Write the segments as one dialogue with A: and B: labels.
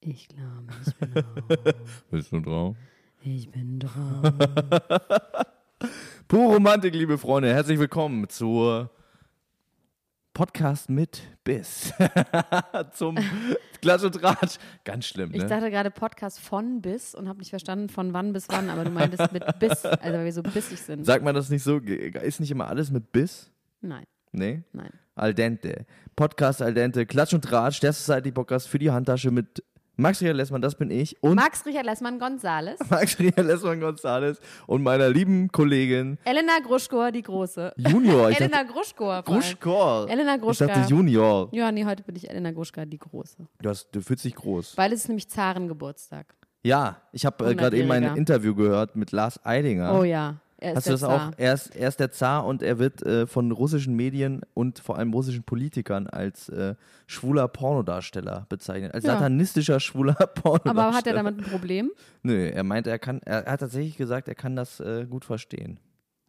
A: Ich glaube, ich bin drauf.
B: Bist du drauf?
A: Ich bin drauf.
B: Pure Romantik, liebe Freunde. Herzlich willkommen zur Podcast mit Biss. Zum Klatsch und Tratsch. Ganz schlimm,
A: Ich
B: ne?
A: dachte gerade Podcast von bis und habe nicht verstanden von wann bis wann, aber du meintest mit bis, also weil wir so bissig sind.
B: Sagt man das nicht so? Ge- Ist nicht immer alles mit Biss?
A: Nein,
B: Nee?
A: nein.
B: Al dente. Podcast Al dente. Klatsch und Tratsch. Der Society-Podcast für die Handtasche mit Max Richard Lessmann, das bin ich. Und
A: Max Richard Lessmann Gonzales,
B: Max Richard Lessmann Gonzales und meiner lieben Kollegin
A: Elena Gruschkor, die Große.
B: Junior. Ich
A: Elena
B: dachte,
A: Gruschkor. vor allem.
B: Gruschkor.
A: Elena
B: Ich
A: Gruschka.
B: dachte Junior.
A: Ja, nee, heute bin ich Elena Gruschka, die Große.
B: Du, hast, du fühlst dich groß.
A: Weil es ist nämlich Zarengeburtstag.
B: Ja, ich habe äh, gerade eben ein
A: Hundertjähriger.
B: Interview gehört mit Lars Eidinger.
A: Oh ja. Er ist
B: Hast du das
A: der
B: auch?
A: Zar.
B: Er ist, er ist der Zar und er wird äh, von russischen Medien und vor allem russischen Politikern als äh, schwuler Pornodarsteller bezeichnet. Als
A: Ja.
B: satanistischer schwuler Pornodarsteller.
A: Aber hat er damit ein Problem?
B: Nö, er meinte, er kann, er hat tatsächlich gesagt, er kann das äh, gut verstehen,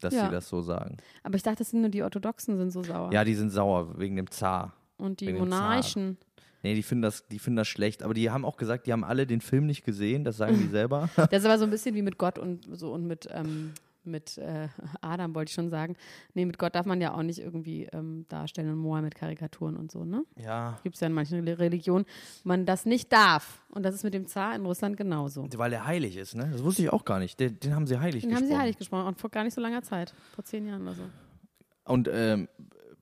B: dass
A: Ja.
B: sie das so sagen.
A: Aber ich dachte, es sind nur die Orthodoxen sind so sauer.
B: Ja, die sind sauer wegen dem Zar.
A: Und die
B: wegen dem
A: Monarchen.
B: Nee, die finden das, die finden das schlecht. Aber die haben auch gesagt, die haben alle den Film nicht gesehen, das sagen die selber.
A: Das ist aber so ein bisschen wie mit Gott und so und mit, ähm, mit äh, Adam, wollte ich schon sagen. Nee, mit Gott darf man ja auch nicht irgendwie ähm, darstellen und Mohammed Karikaturen und so, ne?
B: ja.
A: Gibt es ja in manchen Reli- Religionen, man das nicht darf. Und das ist mit dem Zar in Russland genauso.
B: Weil er heilig ist, ne? Das wusste ich auch gar nicht. Den, den haben sie heilig
A: Den haben
B: gesprochen.
A: sie heilig gesprochen und vor gar nicht so langer Zeit, vor zehn Jahren oder so.
B: Und ähm,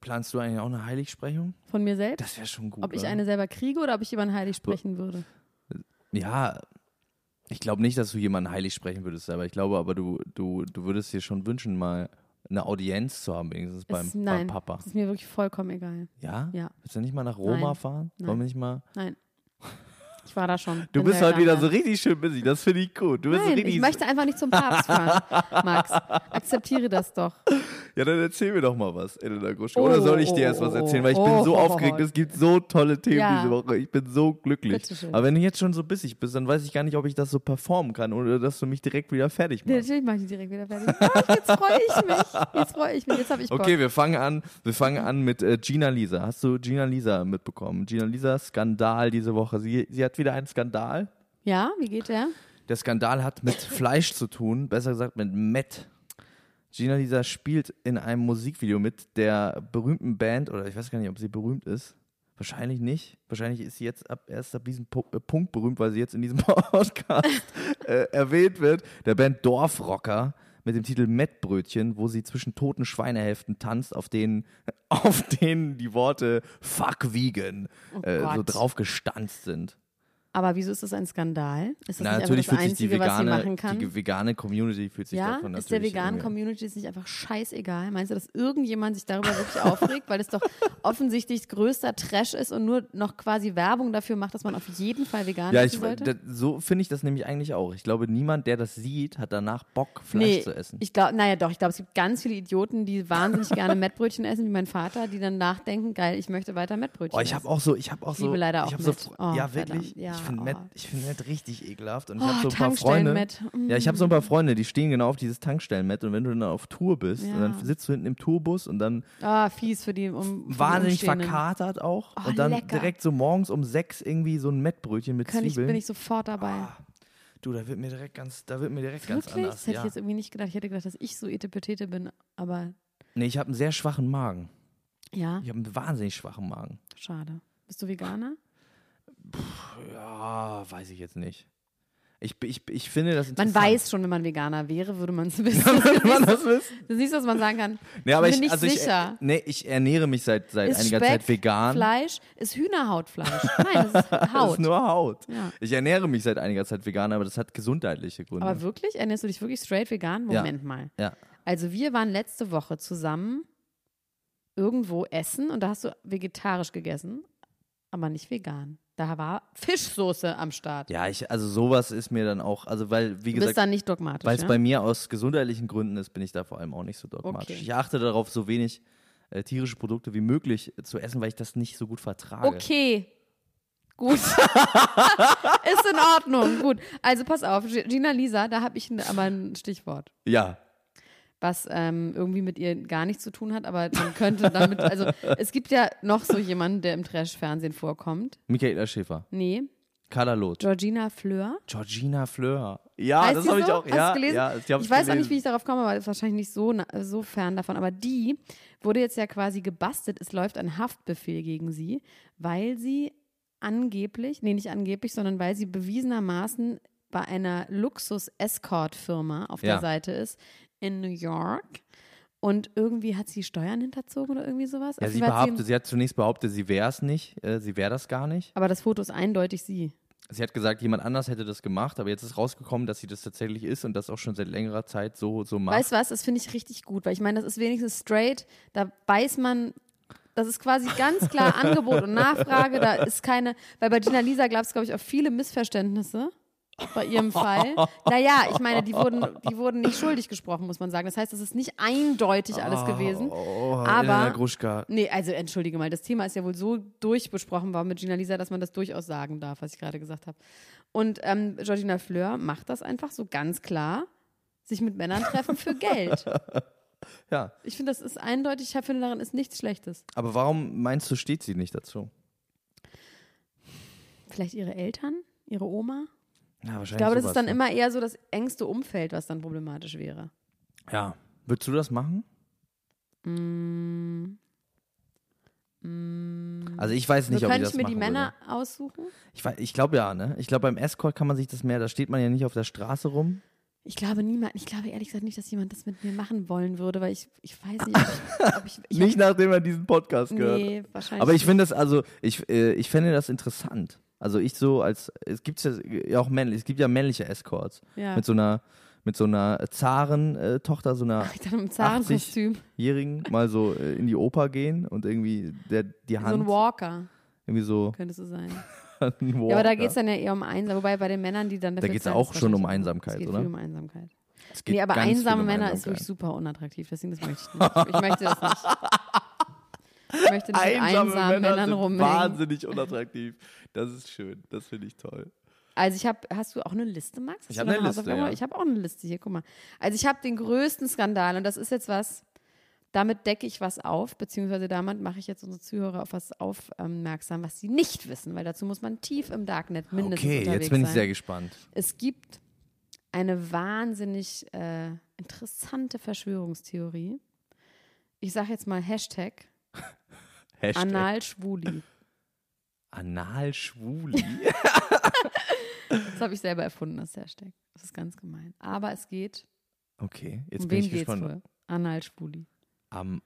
B: planst du eigentlich auch eine Heiligsprechung?
A: Von mir selbst?
B: Das wäre schon gut.
A: Ob ich
B: oder?
A: eine selber kriege oder ob ich jemanden heilig sprechen würde?
B: Ja, ich glaube nicht, dass du jemanden heilig sprechen würdest, aber ich glaube, aber du, du, du würdest dir schon wünschen, mal eine Audienz zu haben, wenigstens beim,
A: Es- nein,
B: beim Papa.
A: Das ist mir wirklich vollkommen egal.
B: Ja?
A: Ja.
B: Willst du nicht mal nach Roma
A: Nein.
B: fahren?
A: Nein.
B: Wollen wir nicht mal.
A: Nein. Ich war da schon.
B: Du
A: Bin
B: bist
A: da
B: heute wieder
A: gegangen.
B: so richtig schön busy, das finde ich gut. Du bist so
A: Nein,
B: richtig.
A: ich möchte einfach nicht zum Papst fahren, Max. Akzeptiere das doch.
B: ja, dann erzähl mir doch mal was, Elena Gruschka.
A: Oh,
B: Oder soll ich
A: oh,
B: dir erst
A: oh,
B: was
A: oh.
B: erzählen? Weil ich bin
A: Oh,
B: so
A: oh, oh,
B: aufgeregt,
A: oh.
B: es gibt so tolle Themen
A: Ja.
B: diese Woche. Ich bin so glücklich.
A: Bitteschön.
B: Aber wenn du jetzt schon so bissig bist, dann weiß ich gar nicht, ob ich das so performen kann oder dass du mich direkt wieder fertig machst.
A: Natürlich mache ich die direkt wieder fertig. Ach, jetzt freue ich mich. Jetzt freue ich mich. Jetzt habe ich Bock.
B: Okay, wir fangen an. Wir fangen an mit äh, Gina Lisa. Hast du Gina Lisa mitbekommen? Gina Lisa Skandal diese Woche. Sie, sie hat wieder einen Skandal.
A: Ja, wie geht der?
B: Der Skandal hat mit Fleisch zu tun, besser gesagt mit Matt. Gina Lisa spielt in einem Musikvideo mit der berühmten Band, oder ich weiß gar nicht, ob sie berühmt ist. Wahrscheinlich nicht. Wahrscheinlich ist sie jetzt ab, erst ab diesem Pu- äh, Punkt berühmt, weil sie jetzt in diesem Podcast äh, erwähnt wird. Der Band Dorfrocker mit dem Titel Mettbrötchen, wo sie zwischen toten Schweinehälften tanzt, auf denen, auf denen die Worte Fuck Vegan äh, so
A: Gott.
B: drauf gestanzt sind.
A: Aber wieso ist das ein Skandal? Ist das
B: Na,
A: nicht
B: natürlich
A: einfach
B: fühlt
A: das
B: sich die
A: Einzige, was sie machen
B: vegane,
A: kann?
B: die vegane Community fühlt sich
A: ja,
B: davon natürlich
A: ist der veganen
B: irgendwie-
A: Community ist nicht einfach scheißegal. Meinst du, dass irgendjemand sich darüber wirklich aufregt, weil es doch offensichtlich größter Trash ist und nur noch quasi Werbung dafür macht, dass man auf jeden Fall vegan
B: Ja,
A: essen
B: ich,
A: sollte?
B: da, so finde ich das nämlich eigentlich auch. Ich glaube, niemand, der das sieht, hat danach Bock, Fleisch
A: nee,
B: zu essen.
A: Ich glaube, naja, doch, ich glaube, es gibt ganz viele Idioten, die wahnsinnig gerne Mettbrötchen essen, wie mein Vater, die dann nachdenken, geil, ich möchte weiter Mettbrötchen
B: Oh, ich habe auch so, ich habe auch so,
A: Liebe leider auch
B: ich hab so,
A: Matt.
B: Fre-
A: Oh,
B: ja wirklich,
A: verdammt. Ja,
B: ich finde
A: oh.
B: Matt, ich finde Matt richtig ekelhaft und ich
A: Oh,
B: habe so ein paar
A: Tankstellen, Mm.
B: Freunde,
A: Matt. Mhm.
B: ja, ich habe so ein paar Freunde, die stehen genau auf dieses Tankstellen Matt und wenn du dann auf Tour bist und
A: Ja.
B: dann sitzt du hinten im Tourbus und dann
A: essen. Ah, fies für die um für die
B: wahnsinnig
A: Umstehenden.
B: verkatert auch
A: Oh,
B: und dann
A: lecker.
B: direkt so morgens um sechs irgendwie so ein Mettbrötchen mit
A: Kann ich,
B: Zwiebeln. Ah.
A: bin ich sofort dabei.
B: du, da wird mir direkt ganz, da wird mir direkt
A: Wirklich?
B: ganz anders.
A: das hätte
B: ja.
A: ich jetzt irgendwie nicht gedacht. Ich hätte gedacht, dass ich so Etepetete bin, aber
B: Nee, ich habe einen sehr schwachen Magen.
A: Ja,
B: Ich habe einen wahnsinnig schwachen Magen.
A: schade. Bist du Veganer?
B: Ja, weiß ich jetzt nicht. Ich, ich, ich finde das
A: Man
B: interessant.
A: weiß schon, wenn man Veganer wäre, würde man es wissen.
B: Wenn man das wisst.
A: Das ist nichts, was man sagen kann.
B: Nee, aber
A: bin
B: ich,
A: mir nicht
B: also
A: sicher.
B: Ich, nee, ich ernähre mich seit, seit
A: ist
B: einiger
A: Speck,
B: Zeit vegan.
A: Fleisch, ist Hühnerhautfleisch. Nein, das ist
B: Das
A: Haut.
B: ist nur Haut.
A: Ja.
B: Ich ernähre mich seit einiger Zeit vegan, aber das hat gesundheitliche Gründe.
A: aber wirklich? Ernährst du dich wirklich straight vegan?
B: Ja.
A: Moment mal.
B: ja.
A: Also wir waren letzte Woche zusammen irgendwo essen und da hast du vegetarisch gegessen, aber nicht vegan. Da war Fischsoße am Start.
B: ja, ich, also sowas ist mir dann auch, also weil, wie
A: du bist
B: gesagt,
A: dann nicht dogmatisch.
B: weil es
A: ja?
B: bei mir aus gesundheitlichen Gründen ist, bin ich da vor allem auch nicht so dogmatisch.
A: Okay.
B: Ich achte darauf, so wenig äh, tierische Produkte wie möglich äh, zu essen, weil ich das nicht so gut vertrage.
A: Okay. Gut. ist in Ordnung. Gut. Also pass auf, G- Gina Lisa, da habe ich ein, aber ein Stichwort,
B: Ja.
A: was ähm, irgendwie mit ihr gar nichts zu tun hat, aber man könnte damit, also es gibt ja noch so jemanden, der im Trash-Fernsehen vorkommt.
B: Michaela Schäfer,
A: Nee,
B: Carla Loth,
A: Georgina Fleur.
B: Georgina Fleur. Ja,
A: heißt
B: Ah, das
A: die
B: habe ich
A: so?
B: auch.
A: Hast
B: ja,
A: du gelesen?
B: ja,
A: ich
B: hab
A: weiß auch nicht,
B: gelesen.
A: wie ich darauf komme, aber ist wahrscheinlich nicht so, na- so fern davon. Aber die wurde jetzt ja quasi gebastelt. Es läuft ein Haftbefehl gegen sie, weil sie angeblich, nee, nicht angeblich, sondern weil sie bewiesenermaßen bei einer Luxus-Escort-Firma auf
B: Ja.
A: der Seite ist in New York. Und irgendwie hat sie Steuern hinterzogen oder irgendwie sowas.
B: Ja,
A: Auf
B: sie
A: jeden Fall hat sie-
B: behauptet, sie hat zunächst behauptet, sie wäre es nicht, äh, sie wäre das gar nicht.
A: aber das Foto ist eindeutig sie.
B: Sie hat gesagt, jemand anders hätte das gemacht, aber jetzt ist rausgekommen, dass sie das tatsächlich ist und das auch schon seit längerer Zeit so, so macht.
A: Weißt du was, das finde ich richtig gut, weil ich meine, das ist wenigstens straight, da weiß man, das ist quasi ganz klar Angebot und Nachfrage, da ist keine, weil bei Gina Lisa gab es, glaube ich, auch viele Missverständnisse bei ihrem Fall. Naja, ich meine, die wurden, die wurden nicht schuldig gesprochen, muss man sagen. Das heißt, es ist nicht eindeutig alles gewesen.
B: Elena
A: aber,
B: Oh, Gruschka.
A: nee, also entschuldige mal, das Thema ist ja wohl so durchbesprochen worden mit Gina Lisa, dass man das durchaus sagen darf, was ich gerade gesagt habe. Und ähm, Georgina Fleur macht das einfach so ganz klar. Sich mit Männern treffen für Geld.
B: Ja,
A: Ich finde, das ist eindeutig. Ich finde, daran ist nichts Schlechtes.
B: aber warum meinst du, steht sie nicht dazu?
A: Vielleicht ihre Eltern, ihre Oma.
B: Ja, wahrscheinlich. ne?
A: Ich glaube, das ist dann immer eher so das engste Umfeld, was dann problematisch wäre.
B: Ja. Würdest du das machen? Also ich weiß nicht,
A: Mm. so
B: ob ich
A: kann ich,
B: das
A: mir die
B: machen
A: Männer
B: Würde.
A: aussuchen?
B: Ich, wei- ich glaube ja, ne? Ich glaube, beim Escort kann man sich das mehr, da steht man ja nicht auf der Straße rum.
A: Ich glaube niemand, ich glaube ehrlich gesagt nicht, dass jemand das mit mir machen wollen würde, weil ich, ich weiß nicht, ob ich, ob ich, ich
B: nicht nachdem man diesen Podcast gehört.
A: nee, wahrscheinlich.
B: Aber ich finde das, also, ich, äh, ich fände das interessant. Also ich so als, es gibt ja ja auch männlich, es gibt ja männliche Escorts.
A: Ja.
B: Mit so einer, mit so einer Zaren-Tochter, so einer
A: nicht. ich dann im Zarenkostüm,
B: 80-Jährigen mal so äh, in die Oper gehen und irgendwie der, die
A: so ein
B: Hand,
A: Walker
B: irgendwie so
A: könntest du sein.
B: ein Walker.
A: Ja, aber da geht es dann ja eher um Einsamkeit, wobei bei den Männern, die dann dafür
B: geht's
A: zahlen,
B: auch
A: ist
B: schon um
A: wahrscheinlich-
B: Einsamkeit,
A: es geht
B: oder?
A: Viel um Einsamkeit.
B: Es geht
A: Nee, aber
B: ganz viel
A: einsame
B: um
A: Männer ist wirklich
B: Einsamkeit.
A: super unattraktiv, deswegen das möchte ich nicht. Ich möchte das nicht. Ich möchte nicht mit
B: Einsame
A: einsamen
B: Männer
A: Männern
B: sind
A: rumhängen.
B: wahnsinnig unattraktiv. Das ist schön, das finde ich toll.
A: Also ich habe, hast du auch eine Liste, Max? Hast
B: Ich
A: du
B: hab
A: noch
B: eine Liste,
A: Hausaufgabe?
B: ja.
A: Ich habe auch eine Liste hier, guck mal. Also ich habe den größten Skandal und das ist jetzt was, damit decke ich was auf, beziehungsweise damit mache ich jetzt unsere Zuhörer auf was aufmerksam, was sie nicht wissen, weil dazu muss man tief im Darknet mindestens
B: Okay,
A: unterwegs
B: jetzt bin ich
A: sein.
B: sehr gespannt.
A: Es gibt eine wahnsinnig äh, interessante Verschwörungstheorie. Ich sage jetzt mal Hashtag,
B: Hashtag
A: Analschwuli.
B: Analschwuli.
A: Das habe ich selber erfunden, das Hashtag. Das ist ganz gemein. Aber es geht,
B: Okay, jetzt
A: um
B: bin
A: wen
B: ich
A: geht's
B: gespannt.
A: wohl? Analschwuli.
B: Am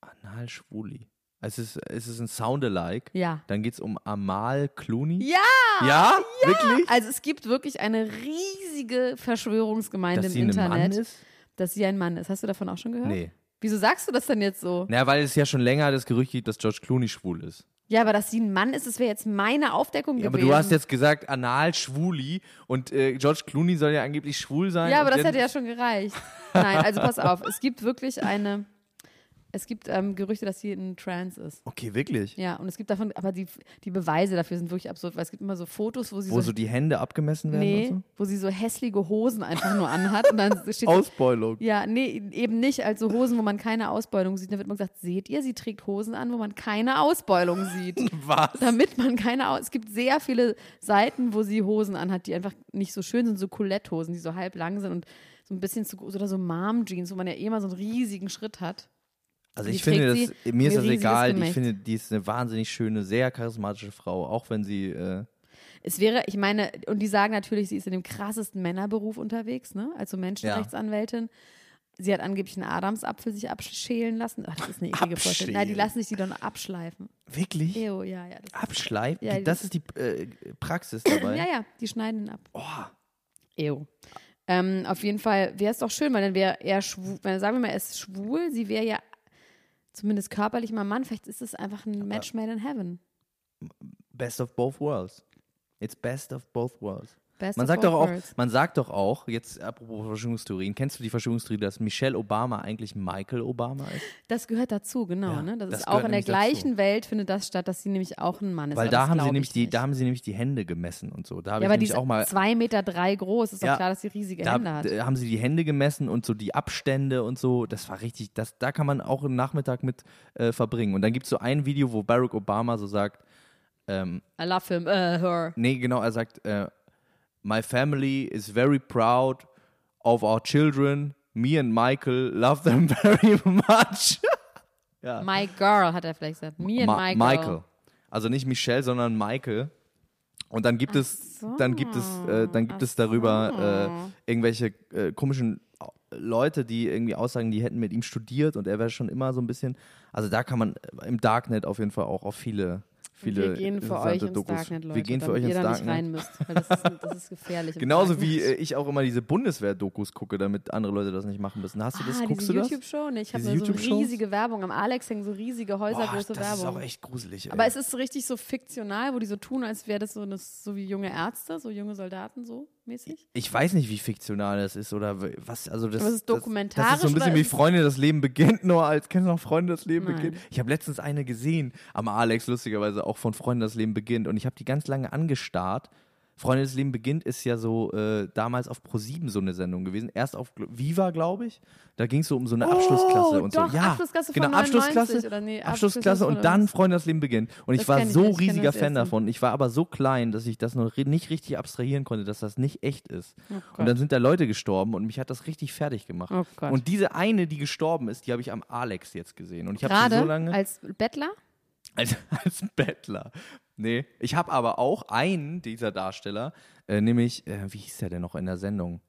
B: Analschwuli. Es ist, es ist ein Soundalike.
A: Ja.
B: Dann geht es um Amal Clooney.
A: Ja!
B: Ja? Wirklich?
A: Also es gibt wirklich eine riesige Verschwörungsgemeinde
B: Dass sie
A: im
B: ein Mann
A: Internet,
B: ist?
A: dass sie ein Mann ist. Hast du davon auch schon gehört?
B: Nee.
A: Wieso sagst du das denn jetzt so?
B: Naja, weil es ja schon länger das Gerücht gibt, dass George Clooney schwul ist.
A: Ja, aber dass sie ein Mann ist, das wäre jetzt meine Aufdeckung
B: Ja, aber
A: gewesen.
B: du hast jetzt gesagt, Analschwuli und äh, George Clooney soll ja angeblich schwul sein.
A: Ja, aber
B: und
A: das
B: dann-
A: hätte ja schon gereicht. Nein, also pass auf. Es gibt wirklich eine. Es gibt ähm, Gerüchte, dass sie in Trans ist.
B: Okay, wirklich?
A: Ja, und es gibt davon, aber die, die Beweise dafür sind wirklich absurd, weil es gibt immer so Fotos, wo sie
B: Wo
A: so,
B: so die Hände abgemessen werden
A: nee,
B: und
A: wo sie so hässliche Hosen einfach nur anhat und dann steht
B: so? Ausbeulung.
A: ja, nee, eben nicht, also Hosen, wo man keine Ausbeulung sieht. Da wird man gesagt, seht ihr, sie trägt Hosen an, wo man keine Ausbeulung sieht.
B: Was?
A: Damit man keine Aus. Es gibt sehr viele Seiten, wo sie Hosen anhat, die einfach nicht so schön sind, so Coulette-Hosen, die so halb lang sind und so ein bisschen zu groß oder so Mom-Jeans, wo man ja eh mal so einen riesigen Schritt hat.
B: Also
A: Die
B: ich finde,
A: trägt
B: das,
A: sie
B: mir ist
A: wie
B: das
A: riesiges
B: egal. Ich
A: Gemächt.
B: finde, die ist eine wahnsinnig schöne, sehr charismatische Frau, auch wenn sie äh,
A: Es wäre, ich meine, und die sagen natürlich, sie ist in dem krassesten Männerberuf unterwegs, ne? Also Menschenrechtsanwältin. Sie hat angeblich einen Adamsapfel sich abschälen lassen. Ach, das ist eine eklige Vorstellung. Nein, die
B: Abschälen.
A: lassen sich die dann abschleifen.
B: wirklich
A: Ew, ja, ja. Das,
B: abschleibt.
A: Ja,
B: Die- das ist die äh, Praxis dabei.
A: ja, ja, die schneiden ihn ab.
B: Oh,
A: Ew. Ähm, auf jeden Fall wäre es doch schön, weil dann wäre er schwul, weil, sagen wir mal, er ist schwul, sie wäre ja zumindest körperlich mal Mann. Vielleicht ist es einfach ein Match made in heaven.
B: best of both worlds. It's best of both worlds.
A: Best
B: man
A: of
B: sagt
A: both
B: doch auch,
A: worlds.
B: man sagt doch auch, jetzt apropos Verschwörungstheorien, kennst du die Verschwörungstheorie, dass Michelle Obama eigentlich Michael Obama ist?
A: Das gehört dazu, genau.
B: Ja,
A: ne? Das,
B: das
A: ist
B: gehört
A: auch in der
B: nämlich dazu.
A: gleichen Welt findet das statt, dass sie nämlich auch ein Mann ist.
B: Weil
A: aber
B: da
A: das
B: haben sie
A: glaub
B: nämlich
A: ich
B: die,
A: nicht.
B: da haben sie nämlich die Hände gemessen und so. Da habe
A: ja,
B: ich
A: aber die
B: nämlich
A: ist
B: auch mal
A: 2,3 Meter drei groß, ist
B: Ja,
A: doch klar, dass sie riesige
B: da,
A: Hände hat.
B: d- haben sie die Hände gemessen und so die Abstände und so. Das war richtig, das, da kann man auch einen Nachmittag mit äh, verbringen. Und dann gibt es so ein Video, wo Barack Obama so sagt,
A: I love him, uh, her.
B: nee, genau, er sagt, äh, my family is very proud of our children. Me and Michael love them very much.
A: My girl, hat er vielleicht gesagt. Me and
B: Ma-
A: my girl.
B: Michael. Also nicht Michelle, sondern Michael. Und dann gibt es, dann gibt es, äh, dann gibt es darüber äh, irgendwelche äh, komischen Au- Leute, die irgendwie aussagen, die hätten mit ihm studiert und er wäre schon immer so ein bisschen. Also da kann man äh, im Darknet auf jeden Fall auch auf viele, viele
A: wir gehen für euch
B: interessante
A: ins
B: Dokus.
A: Darknet, Leute,
B: wir gehen für
A: damit
B: euch
A: ihr da
B: ins Darknet.
A: nicht rein müsst, weil das ist, das ist gefährlich. im
B: Genauso
A: Darknet.
B: wie äh, ich auch immer diese Bundeswehr-Dokus gucke, damit andere Leute das nicht machen müssen. Hast du das?
A: ah,
B: Guckst
A: diese
B: du das?
A: YouTube-Show? Nee, ich habe
B: Diese
A: nur so
B: YouTube-Shows?
A: riesige Werbung. Am Alex hängen so riesige
B: Boah,
A: häusergroße
B: das ist
A: Werbung.
B: auch echt äh, gruselig. Ey.
A: aber es ist so richtig so fiktional, wo die so tun, als wäre das so, eine, so wie junge Ärzte, so junge Soldaten, so mäßig.
B: Ich weiß nicht, wie fiktional das ist oder w- was. Also das,
A: Aber es ist
B: das-
A: dokumentarisch
B: Das ist so ein bisschen
A: oder
B: wie
A: ist es-
B: Freunde, das Leben beginnt nur als. Kennst du noch Freunde, das Leben
A: Nein.
B: beginnt? Ich habe letztens eine gesehen, am Alex, lustigerweise auch von Freunde, das Leben beginnt. Und ich habe die ganz lange angestarrt. Freunde, das Leben beginnt ist ja so äh, damals auf Pro7 so eine Sendung gewesen. Erst auf Gl- Viva, glaube ich. Da ging es so um so eine Abschlussklasse und
A: Oh, doch,
B: so. Ja,
A: Abschlussklasse von
B: genau,
A: 99
B: Abschlussklasse,
A: oder nee, Abschlussklasse
B: Abschlussklasse
A: von
B: und dann
A: irgendwas.
B: Freunde, das Leben beginnt. Und ich
A: Das
B: war
A: kenn ich
B: so
A: nicht, ich kenn
B: riesiger
A: das erst
B: Fan
A: so.
B: davon. Und ich war aber so klein, dass ich das noch ri- nicht richtig abstrahieren konnte, dass das nicht echt ist. und dann sind da Leute gestorben und mich hat das richtig fertig gemacht.
A: Oh Gott.
B: und diese eine, die gestorben ist, die habe ich am Alex jetzt gesehen. Und ich habe sie
A: Gerade
B: so lange
A: als Bettler?
B: als, als Bettler. Nee, ich habe aber auch einen dieser Darsteller, äh, nämlich, äh, wie hieß der denn noch in der Sendung?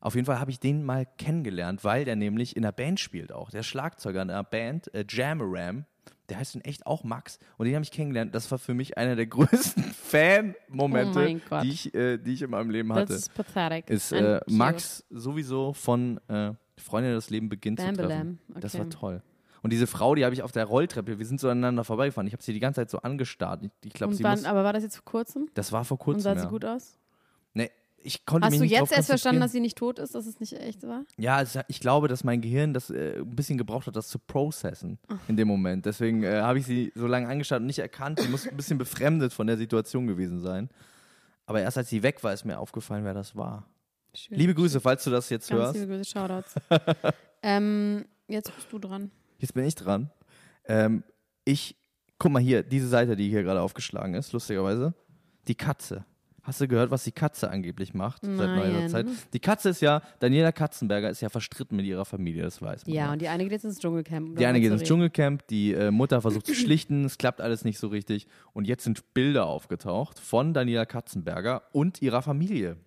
B: Auf jeden Fall habe ich den mal kennengelernt, weil der nämlich in einer Band spielt auch. Der Schlagzeuger in einer Band, äh, Jamaram, der heißt in echt auch Max. Und den habe ich kennengelernt. Das war für mich einer der größten
A: Oh
B: Fan-Momente,
A: mein Gott.
B: die, ich, äh, die ich in meinem Leben hatte.
A: Das ist pathetic.
B: Ist
A: And
B: äh,
A: cute.
B: Max sowieso von äh, Freunde das Leben beginnt zu
A: Bam,
B: treffen.
A: bam.
B: Das
A: Okay.
B: war toll. Und diese Frau, die habe ich auf der Rolltreppe, wir sind so aneinander vorbeigefahren. Ich habe sie die ganze Zeit so angestarrt. Ich, ich glaube,
A: Und
B: sie
A: wann,
B: muss,
A: aber war das jetzt vor kurzem?
B: Das war vor
A: Und sah
B: kurzem.
A: sie
B: Ja.
A: gut aus?
B: Nee, ich konnte
A: Hast
B: mich
A: du
B: nicht
A: jetzt erst verstanden, dass
B: dass
A: sie nicht tot ist, dass es nicht echt war?
B: Ja, es, ich glaube, dass mein Gehirn das äh, ein bisschen gebraucht hat, das zu processen in dem Moment. Deswegen äh, habe ich sie so lange angestarrt und nicht erkannt. Sie muss ein bisschen befremdet von der Situation gewesen sein. Aber erst als sie weg war, ist mir aufgefallen, wer das war.
A: Schön.
B: Liebe Grüße, falls du das jetzt
A: Ganz
B: hörst.
A: liebe Grüße, Shoutouts. ähm, jetzt bist du dran.
B: Jetzt bin ich dran. Ähm, ich, guck mal hier, diese Seite, die hier gerade aufgeschlagen ist, lustigerweise. Die Katze. Hast du gehört, was die Katze angeblich macht seit neuerer
A: Nein.
B: Zeit? Die Katze ist ja, Daniela Katzenberger ist ja verstritten mit ihrer Familie, das weiß man.
A: Ja, und die eine geht jetzt ins Dschungelcamp. um
B: Die eine
A: darüber
B: geht
A: zu
B: ins
A: reden.
B: Dschungelcamp, die äh, Mutter versucht zu schlichten, es klappt alles nicht so richtig. Und jetzt sind Bilder aufgetaucht von Daniela Katzenberger und ihrer Familie.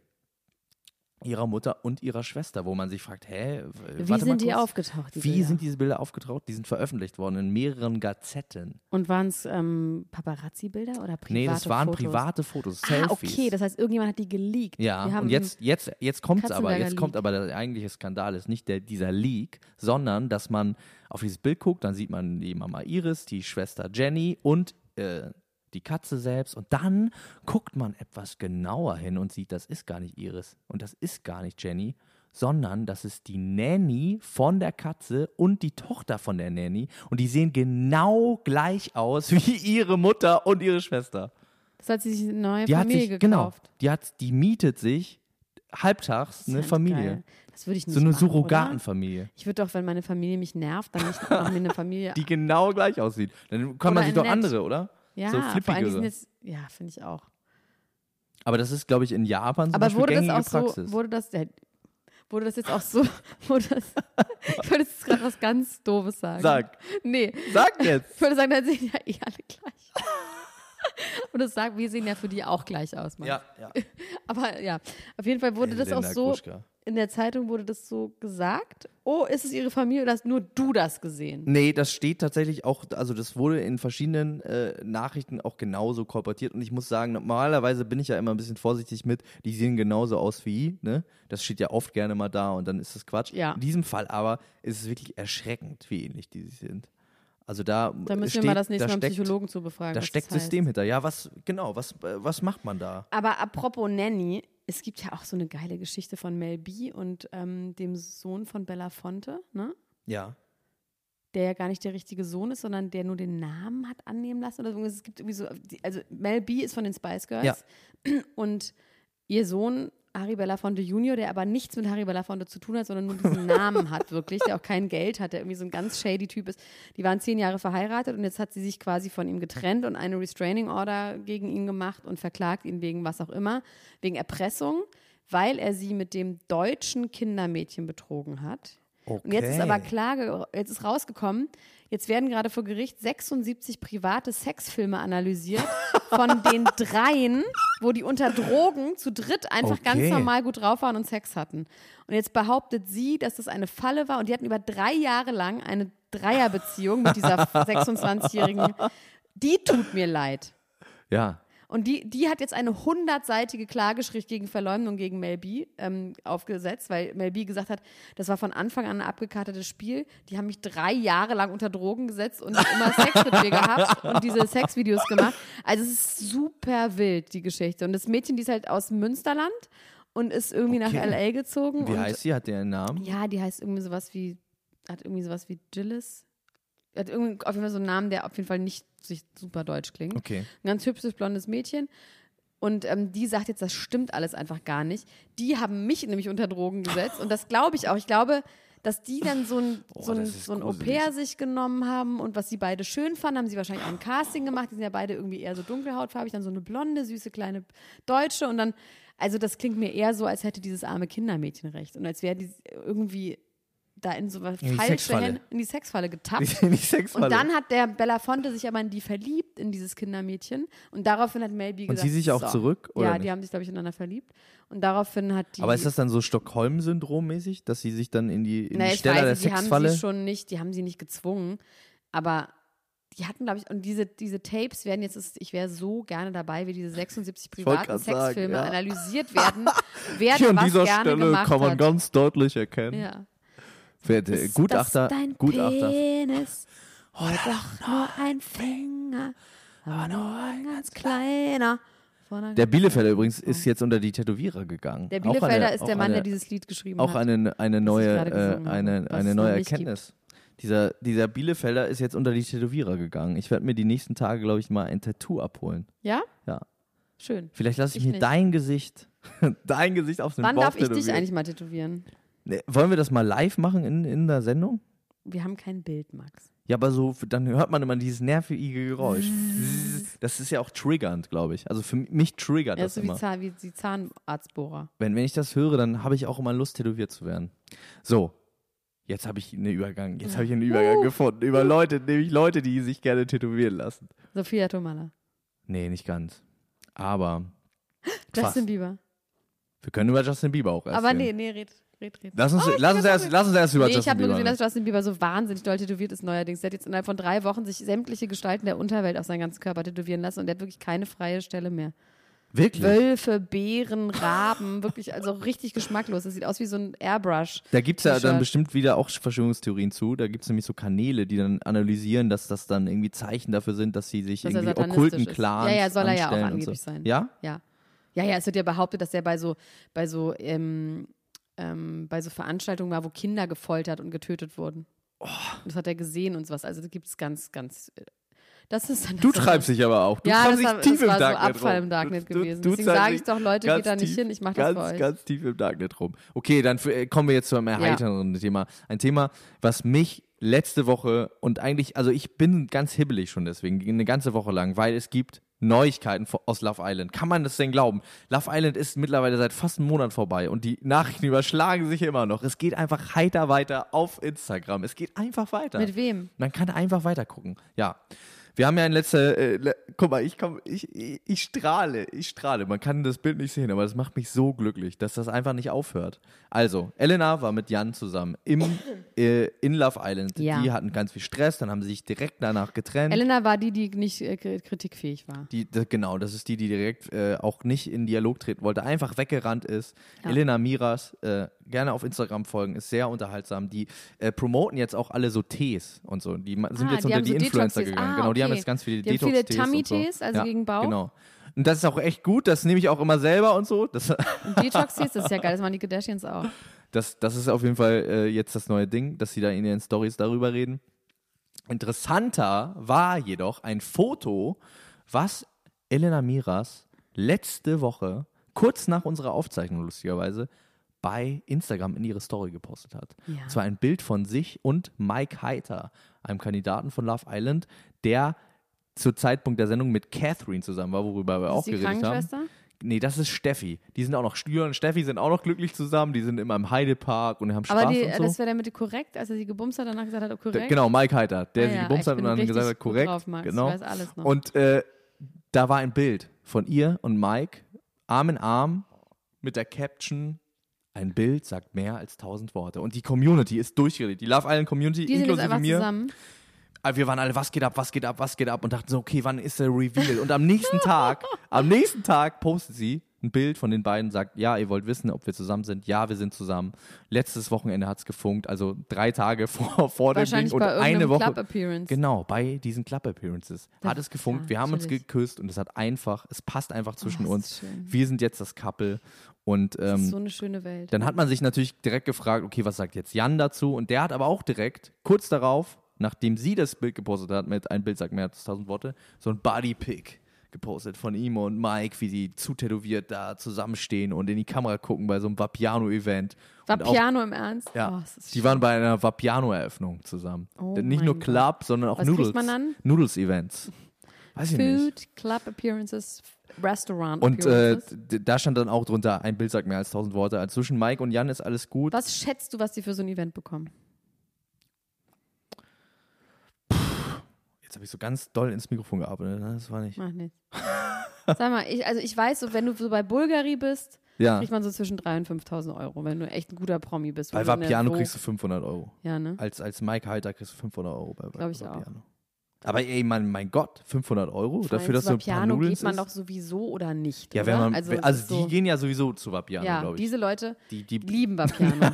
B: Ihrer Mutter und ihrer Schwester, wo man sich fragt, hä, w-
A: Wie
B: warte mal
A: sind die
B: kurz.
A: aufgetaucht? Die
B: Wie
A: Bilder?
B: sind diese Bilder aufgetaucht? Die sind veröffentlicht worden in mehreren Gazetten.
A: Und waren es ähm, Paparazzi-Bilder oder private
B: nee, das waren
A: Fotos?
B: private Fotos, Selfies.
A: Ah, okay, das heißt, irgendjemand hat die geleakt.
B: ja,
A: Wir haben
B: und jetzt, jetzt, jetzt kommt's aber,
A: Katzenberger
B: jetzt kommt
A: Leak.
B: aber der eigentliche Skandal ist nicht der, dieser Leak, sondern, dass man auf dieses Bild guckt, dann sieht man die Mama Iris, die Schwester Jenny und äh, die Katze selbst und dann guckt man etwas genauer hin und sieht, das ist gar nicht Iris und das ist gar nicht Jenny, sondern das ist die Nanny von der Katze und die Tochter von der Nanny und die sehen genau gleich aus wie ihre Mutter und ihre Schwester.
A: Das hat sie sich eine neue
B: Die
A: Familie
B: hat sich,
A: gekauft.
B: Genau, die, hat, die mietet sich halbtags
A: Das ist
B: eine
A: halt
B: Familie.
A: Geil. Das würde ich nicht
B: So eine
A: machen, Oder?
B: Surrogatenfamilie,
A: Ich würde doch, wenn meine Familie mich nervt, dann nicht noch mir eine Familie.
B: die genau gleich aussieht. Dann
A: Oder
B: kann man sich doch
A: nett.
B: andere, oder?
A: ja,
B: so
A: vor allem die sind
B: flippigere.
A: jetzt, ja, finde ich auch.
B: Aber das ist, glaube ich, in Japan so
A: Aber
B: Beispiel
A: wurde das
B: gängige
A: auch
B: Praxis.
A: so, wurde das, äh, Wurde das jetzt auch so. Wurde das, ich wollte jetzt gerade was ganz Doofes sagen.
B: Sag.
A: Nee.
B: Sag jetzt.
A: Ich würde sagen, dann sehen ja eh alle gleich. aus. Und das sagt, wir sehen ja für die auch gleich aus, Mann.
B: ja.
A: Aber ja, auf jeden Fall wurde das auch
B: Elena
A: so.
B: Gruschka.
A: In der Zeitung wurde das so gesagt. Oh, ist es ihre Familie oder hast nur du das gesehen?
B: Nee, das steht tatsächlich auch, also das wurde in verschiedenen äh, Nachrichten auch genauso kolportiert. Und ich muss sagen, normalerweise bin ich ja immer ein bisschen vorsichtig mit, die sehen genauso aus wie, ne? Das steht ja oft gerne mal da und dann ist das Quatsch.
A: Ja.
B: In diesem Fall aber ist es wirklich erschreckend, wie ähnlich die sich sind. Also da,
A: Da müssen
B: steht,
A: wir mal das nächste
B: da
A: Mal einen
B: steckt,
A: Psychologen zu befragen.
B: Da
A: was
B: steckt
A: das heißt.
B: System hinter. Ja, was, genau, was, äh, was macht man da?
A: Aber apropos Nanny, es gibt ja auch so eine geile Geschichte von Mel B und ähm, dem Sohn von Belafonte, ne?
B: Ja.
A: der ja gar nicht der richtige Sohn ist, sondern der nur den Namen hat annehmen lassen oder so. Es gibt irgendwie so, die- also Mel B ist von den Spice Girls
B: Ja.
A: und ihr Sohn Harry Belafonte Junior, der aber nichts mit Harry Belafonte zu tun hat, sondern nur diesen Namen hat wirklich, der auch kein Geld hat, der irgendwie so ein ganz shady Typ ist. Die waren zehn Jahre verheiratet und jetzt hat sie sich quasi von ihm getrennt und eine Restraining Order gegen ihn gemacht und verklagt ihn wegen was auch immer, wegen Erpressung, weil er sie mit dem deutschen Kindermädchen betrogen hat. Und jetzt ist
B: Okay.
A: aber Klage, jetzt ist rausgekommen, jetzt werden gerade vor Gericht 76 private Sexfilme analysiert, von den dreien, wo die unter Drogen zu dritt einfach ganz
B: Okay.
A: normal gut drauf waren und Sex hatten. Und jetzt behauptet sie, dass das eine Falle war und die hatten über drei Jahre lang eine Dreierbeziehung mit dieser 26-Jährigen. Die tut mir leid.
B: Ja.
A: Und die, die hat jetzt eine hundertseitige Klageschrift gegen Verleumdung gegen Mel B ähm, aufgesetzt, weil Mel B gesagt hat, das war von Anfang an ein abgekartetes Spiel. Die haben mich drei Jahre lang unter Drogen gesetzt und immer Sex mit mir gehabt und diese Sexvideos gemacht. Also es ist super wild, die Geschichte. Und das Mädchen, die ist halt aus Münsterland und ist irgendwie nach
B: Okay.
A: L.A. gezogen.
B: Wie
A: und
B: heißt sie? Hat der einen Namen?
A: Ja, die heißt irgendwie sowas wie, hat irgendwie sowas wie Gillis. Hat irgendwie auf jeden Fall so einen Namen, der auf jeden Fall nicht sich super deutsch klingt.
B: Okay.
A: Ein ganz hübsches blondes Mädchen. Und ähm, die sagt jetzt, das stimmt alles einfach gar nicht. Die haben mich nämlich unter Drogen gesetzt. Und das glaube ich auch. Ich glaube, dass die dann so ein, so ein,
B: das ist
A: so ein
B: gruselig.
A: Au-pair sich genommen haben und was sie beide schön fanden, haben sie wahrscheinlich auch ein Casting gemacht. Die sind ja beide irgendwie eher so dunkelhautfarbig, dann so eine blonde, süße, kleine Deutsche. Und dann, also das klingt mir eher so, als hätte dieses arme Kindermädchen recht. Und als wäre die irgendwie da in so was
B: In die
A: falsche
B: Sexfalle.
A: Hände, in die Sexfalle getappt.
B: Die, die Sexfalle.
A: Und dann hat der Belafonte sich aber in die verliebt, in dieses Kindermädchen. Und daraufhin hat Mel B
B: Und
A: gesagt.
B: sie sich auch
A: so.
B: zurück, oder
A: Ja,
B: nicht?
A: die haben sich, glaube ich, ineinander verliebt. Und daraufhin hat die.
B: aber ist das dann so Stockholm-Syndrom mäßig, dass sie sich dann in die, in
A: naja,
B: die
A: ich
B: Stelle der
A: weiß, nicht, die haben
B: Sexfalle
A: sie schon nicht, die haben sie nicht gezwungen. Aber die hatten, glaube ich, und diese, diese Tapes werden jetzt, ist, ich wäre so gerne dabei, wie diese 76 privaten
B: grad sagen,
A: Sexfilme
B: ja.
A: analysiert werden, wer
B: Hier
A: denn
B: an
A: was
B: dieser
A: gerne
B: Stelle
A: gemacht
B: kann man
A: hat.
B: ganz deutlich erkennen.
A: ja.
B: Wer, der
A: Ist
B: Gutachter,
A: das dein
B: Gutachter. Oh,
A: Penis? Oder doch nur ein Finger, aber nur ein ganz kleiner. Von einer-
B: Ah, Der Bielefelder übrigens ist jetzt unter die Tätowierer gegangen.
A: der
B: Auch
A: Bielefelder
B: eine-
A: ist der
B: auch
A: Mann,
B: eine,
A: der dieses Lied geschrieben
B: auch
A: hat.
B: eine, eine neue,
A: gerade
B: äh,
A: gesungen habe,
B: eine,
A: was
B: eine
A: es
B: neue
A: noch nicht
B: Erkenntnis. Dieser, dieser Bielefelder ist jetzt unter die Tätowierer gegangen. Ich werde mir die nächsten Tage, glaube ich, mal ein Tattoo abholen.
A: ja?
B: Ja.
A: Schön.
B: Vielleicht lasse ich,
A: Ich
B: mir
A: nicht.
B: dein Gesicht, dein Gesicht auf den
A: Wann
B: Bauch
A: darf ich dich
B: tätowieren.
A: eigentlich mal tätowieren?
B: Nee, wollen wir das mal live machen in, in der Sendung?
A: Wir haben kein Bild, Max.
B: Ja, aber so, dann hört man immer dieses nervige Geräusch. Das ist ja auch triggernd, glaube ich. Also für mich triggert
A: Er
B: das
A: ist so wie,
B: immer.
A: Zahn, wie die Zahnarztbohrer.
B: Wenn, wenn ich das höre, dann habe ich auch immer Lust, tätowiert zu werden. So, jetzt habe ich einen Übergang. Jetzt habe ich einen Übergang
A: Uh.
B: gefunden. Über Leute, nämlich Leute, die sich gerne tätowieren lassen.
A: Sophia Tomala.
B: Nee, nicht ganz. Aber Fast.
A: Justin Bieber.
B: wir können über Justin Bieber auch erzählen.
A: Aber nee, nee, red, red, red.
B: Lass uns,
A: Oh, ich
B: lass
A: bin ganz
B: uns, erst,
A: aufgeregt.
B: lass uns erst über
A: nee, ich
B: Justin
A: habe nur
B: Bieber ne?
A: gesehen, dass
B: reden.
A: Justin Bieber so wahnsinnig doll tätowiert ist neuerdings. Der hat jetzt innerhalb von drei Wochen sich sämtliche Gestalten der Unterwelt auf seinen ganzen Körper tätowieren lassen und der hat wirklich keine freie Stelle mehr.
B: Wirklich?
A: Wölfe, Bären, Raben, wirklich, also richtig geschmacklos. Das sieht aus wie so ein Airbrush.
B: Da gibt's ja dann
A: T-Shirt.
B: bestimmt wieder auch Verschwörungstheorien zu. Da gibt's nämlich so Kanäle, die dann analysieren, dass das dann irgendwie Zeichen dafür sind, dass sie sich
A: Dass er
B: irgendwie
A: satanistisch
B: okkulten
A: ist.
B: Clans
A: Ja, ja, soll er ja auch
B: anstellen und
A: angeblich
B: so.
A: sein.
B: Ja?
A: Ja. Ja, ja, es wird ja behauptet, dass er bei so, bei so, ähm, ähm, bei so Veranstaltungen war, wo Kinder gefoltert und getötet wurden.
B: Oh.
A: Das hat er gesehen und sowas. Also da gibt's ganz, ganz. äh, Das ist dann
B: Du
A: das-
B: treibst dich aber auch. Du
A: Ja, das
B: treibst
A: war-
B: dich tief
A: das
B: im
A: war so
B: Darknet
A: Abfall
B: rum.
A: im Darknet
B: Du- du-
A: gewesen.
B: du
A: Deswegen
B: treibst
A: sag ich
B: dich
A: doch, Leute,
B: ganz
A: geht da nicht hin, ich mach das
B: ganz,
A: für euch.
B: Ganz tief im Darknet rum. Okay, dann äh, kommen wir jetzt zu einem erheiternden Thema. Ein Thema, was mich letzte Woche und eigentlich, also ich bin ganz hibbelig schon deswegen, eine ganze Woche lang, weil es gibt Neuigkeiten vo- aus Love Island. Kann man das denn glauben? Love Island ist mittlerweile seit fast einem Monat vorbei und die Nachrichten überschlagen sich immer noch. Es geht einfach heiter weiter auf Instagram. Es geht einfach weiter.
A: Mit wem?
B: Man kann einfach weiter gucken. Ja. Wir haben ja in letzter, äh, le guck mal, ich, komm, ich, ich, ich strahle, ich strahle. Man kann das Bild nicht sehen, aber das macht mich so glücklich, dass das einfach nicht aufhört. Also, Elena war mit Jan zusammen im, äh, in Love Island.
C: Ja.
B: Die hatten ganz viel Stress, dann haben sie sich direkt danach getrennt.
C: Elena war die, die nicht äh, kri- kritikfähig war.
B: Die, da- genau, das ist die, die direkt äh, auch nicht in Dialog treten wollte, einfach weggerannt ist. Elena Miras, äh, gerne auf Instagram folgen, ist sehr unterhaltsam. Die äh, promoten jetzt auch alle so Tees und so. Die ma- sind
C: Ah,
B: jetzt
C: die
B: unter
C: haben
B: die
C: so
B: Influencer
C: Detox-Tees.
B: gegangen.
C: Ah,
B: genau, die haben
C: okay.
B: jetzt ganz viele
C: Die haben viele
B: Detox-Tees. und so.
C: Tummy-Tees, also gegen Bauch.
B: Genau. Und das ist auch echt gut, das nehme ich auch immer selber und so. Das,
A: Detox Tees, das ist ja geil, das machen die Kardashians auch.
B: das, das ist auf jeden Fall äh, jetzt das neue Ding, dass sie da in ihren Stories darüber reden. Interessanter war jedoch ein Foto, was Elena Miras letzte Woche, kurz nach unserer Aufzeichnung lustigerweise, bei Instagram in ihre Story gepostet hat.
C: Ja.
B: Es war ein Bild von sich und Mike Heiter, einem Kandidaten von Love Island, der zu Zeitpunkt der Sendung mit Catherine zusammen war, worüber wir auch
C: die
B: geredet haben.
C: Krankenschwester?
B: Nee, das ist Steffi. Die sind auch noch Stühler und Steffi sind auch noch glücklich zusammen. Die sind immer im Heidepark und haben Spaß
A: Aber die,
B: und so.
A: das wäre der mit korrekt, als er sie gebumst hat, danach gesagt hat, oh,
B: Da-
A: korrekt.
B: genau, Mike Heiter, der
A: Ah
B: sie
A: ja,
B: gebumst
A: ich
B: hat und
A: bin
B: dann
A: richtig
B: gesagt hat,
A: gut
B: korrekt.
A: drauf, Max, ich
B: genau.
A: weiß alles noch.
B: Und äh, da war ein Bild von ihr und Mike, Arm in Arm, mit der Caption. Ein Bild sagt mehr als tausend Worte. Und die Community ist durchgeredet. Die Love Island Community,
A: Die sind jetzt
B: inklusive
A: einfach
B: mir.
A: zusammen.
B: Aber wir waren alle, was geht ab, was geht ab, was geht ab und dachten so, okay, wann ist der Reveal? Und am nächsten Tag, am nächsten Tag postet sie ein Bild von den beiden, sagt, ja, ihr wollt wissen, ob wir zusammen sind. Ja, wir sind zusammen. Letztes Wochenende hat's gefunkt, also drei Tage vor, vor dem Ding
A: Wahrscheinlich
B: und
A: bei
B: eine
A: irgendeinem
B: Woche.
A: Club-Appearance.
B: Genau, bei diesen Club-Appearances hat es gefunkt,
A: ja,
B: wir haben uns
A: natürlich. Oh,
B: geküsst und es hat einfach, es passt einfach zwischen
A: das
B: uns.
A: ist schön.
B: Wir sind jetzt das Couple und ähm,
A: Das ist so eine schöne Welt.
B: dann hat man sich natürlich direkt gefragt, okay, was sagt jetzt Jan dazu? Und der hat aber auch direkt, kurz darauf, nachdem sie das Bild gepostet hat, mit ein Bild sagt mehr als tausend Worte, so ein Bodypick gepostet von ihm und Mike, wie sie zutätowiert da zusammenstehen und in die Kamera gucken bei so einem Vapiano-Event.
A: War
B: Und auch-
A: Piano im Ernst? Oh,
B: Ja,
A: das ist
B: die waren bei einer Vapiano-Eröffnung zusammen.
A: Oh
B: Denn Nicht
A: mein
B: nur Club, sondern auch
A: Was kriegt
B: Noodles.
A: man dann?
B: Noodles-Events. Weiß ich nicht.
A: Food, Club Appearances, Restaurant
B: Und äh,
A: Appearances.
B: d- da stand dann auch drunter, ein Bild sagt mehr als tausend Worte. Also zwischen Mike und Jan ist alles gut.
A: was schätzt du, was die für so ein Event bekommen?
B: Jetzt habe ich so ganz doll ins Mikrofon gearbeitet. ne? Das war nicht.
A: Mach nichts. Sag mal, ich, also ich weiß, so, wenn du so bei Bulgari bist,
B: Ja.
A: kriegt man so zwischen 3.000 und 5.000 Euro, wenn du echt ein guter Promi bist.
B: Bei Vapiano kriegst du Ah, 500 Euro.
A: Ja, ne?
B: Als, als Mike Halter kriegst du 500 Euro bei
A: Glaub ich auch.
B: Vapiano. Aber ey, mein, mein Gott, 500 Euro dafür, dass
A: Meinst
B: du
A: du,
B: ein paar
A: Piano
B: Nudeln
A: geht man
B: isst?
A: doch sowieso oder nicht.
B: Ja,
A: oder?
B: wenn man,
A: also,
B: also,
A: es ist
B: die
A: so,
B: gehen ja sowieso zu Vapiano,
A: Ja,
B: glaube ich.
A: diese Leute
B: die, die,
A: lieben Vapiano.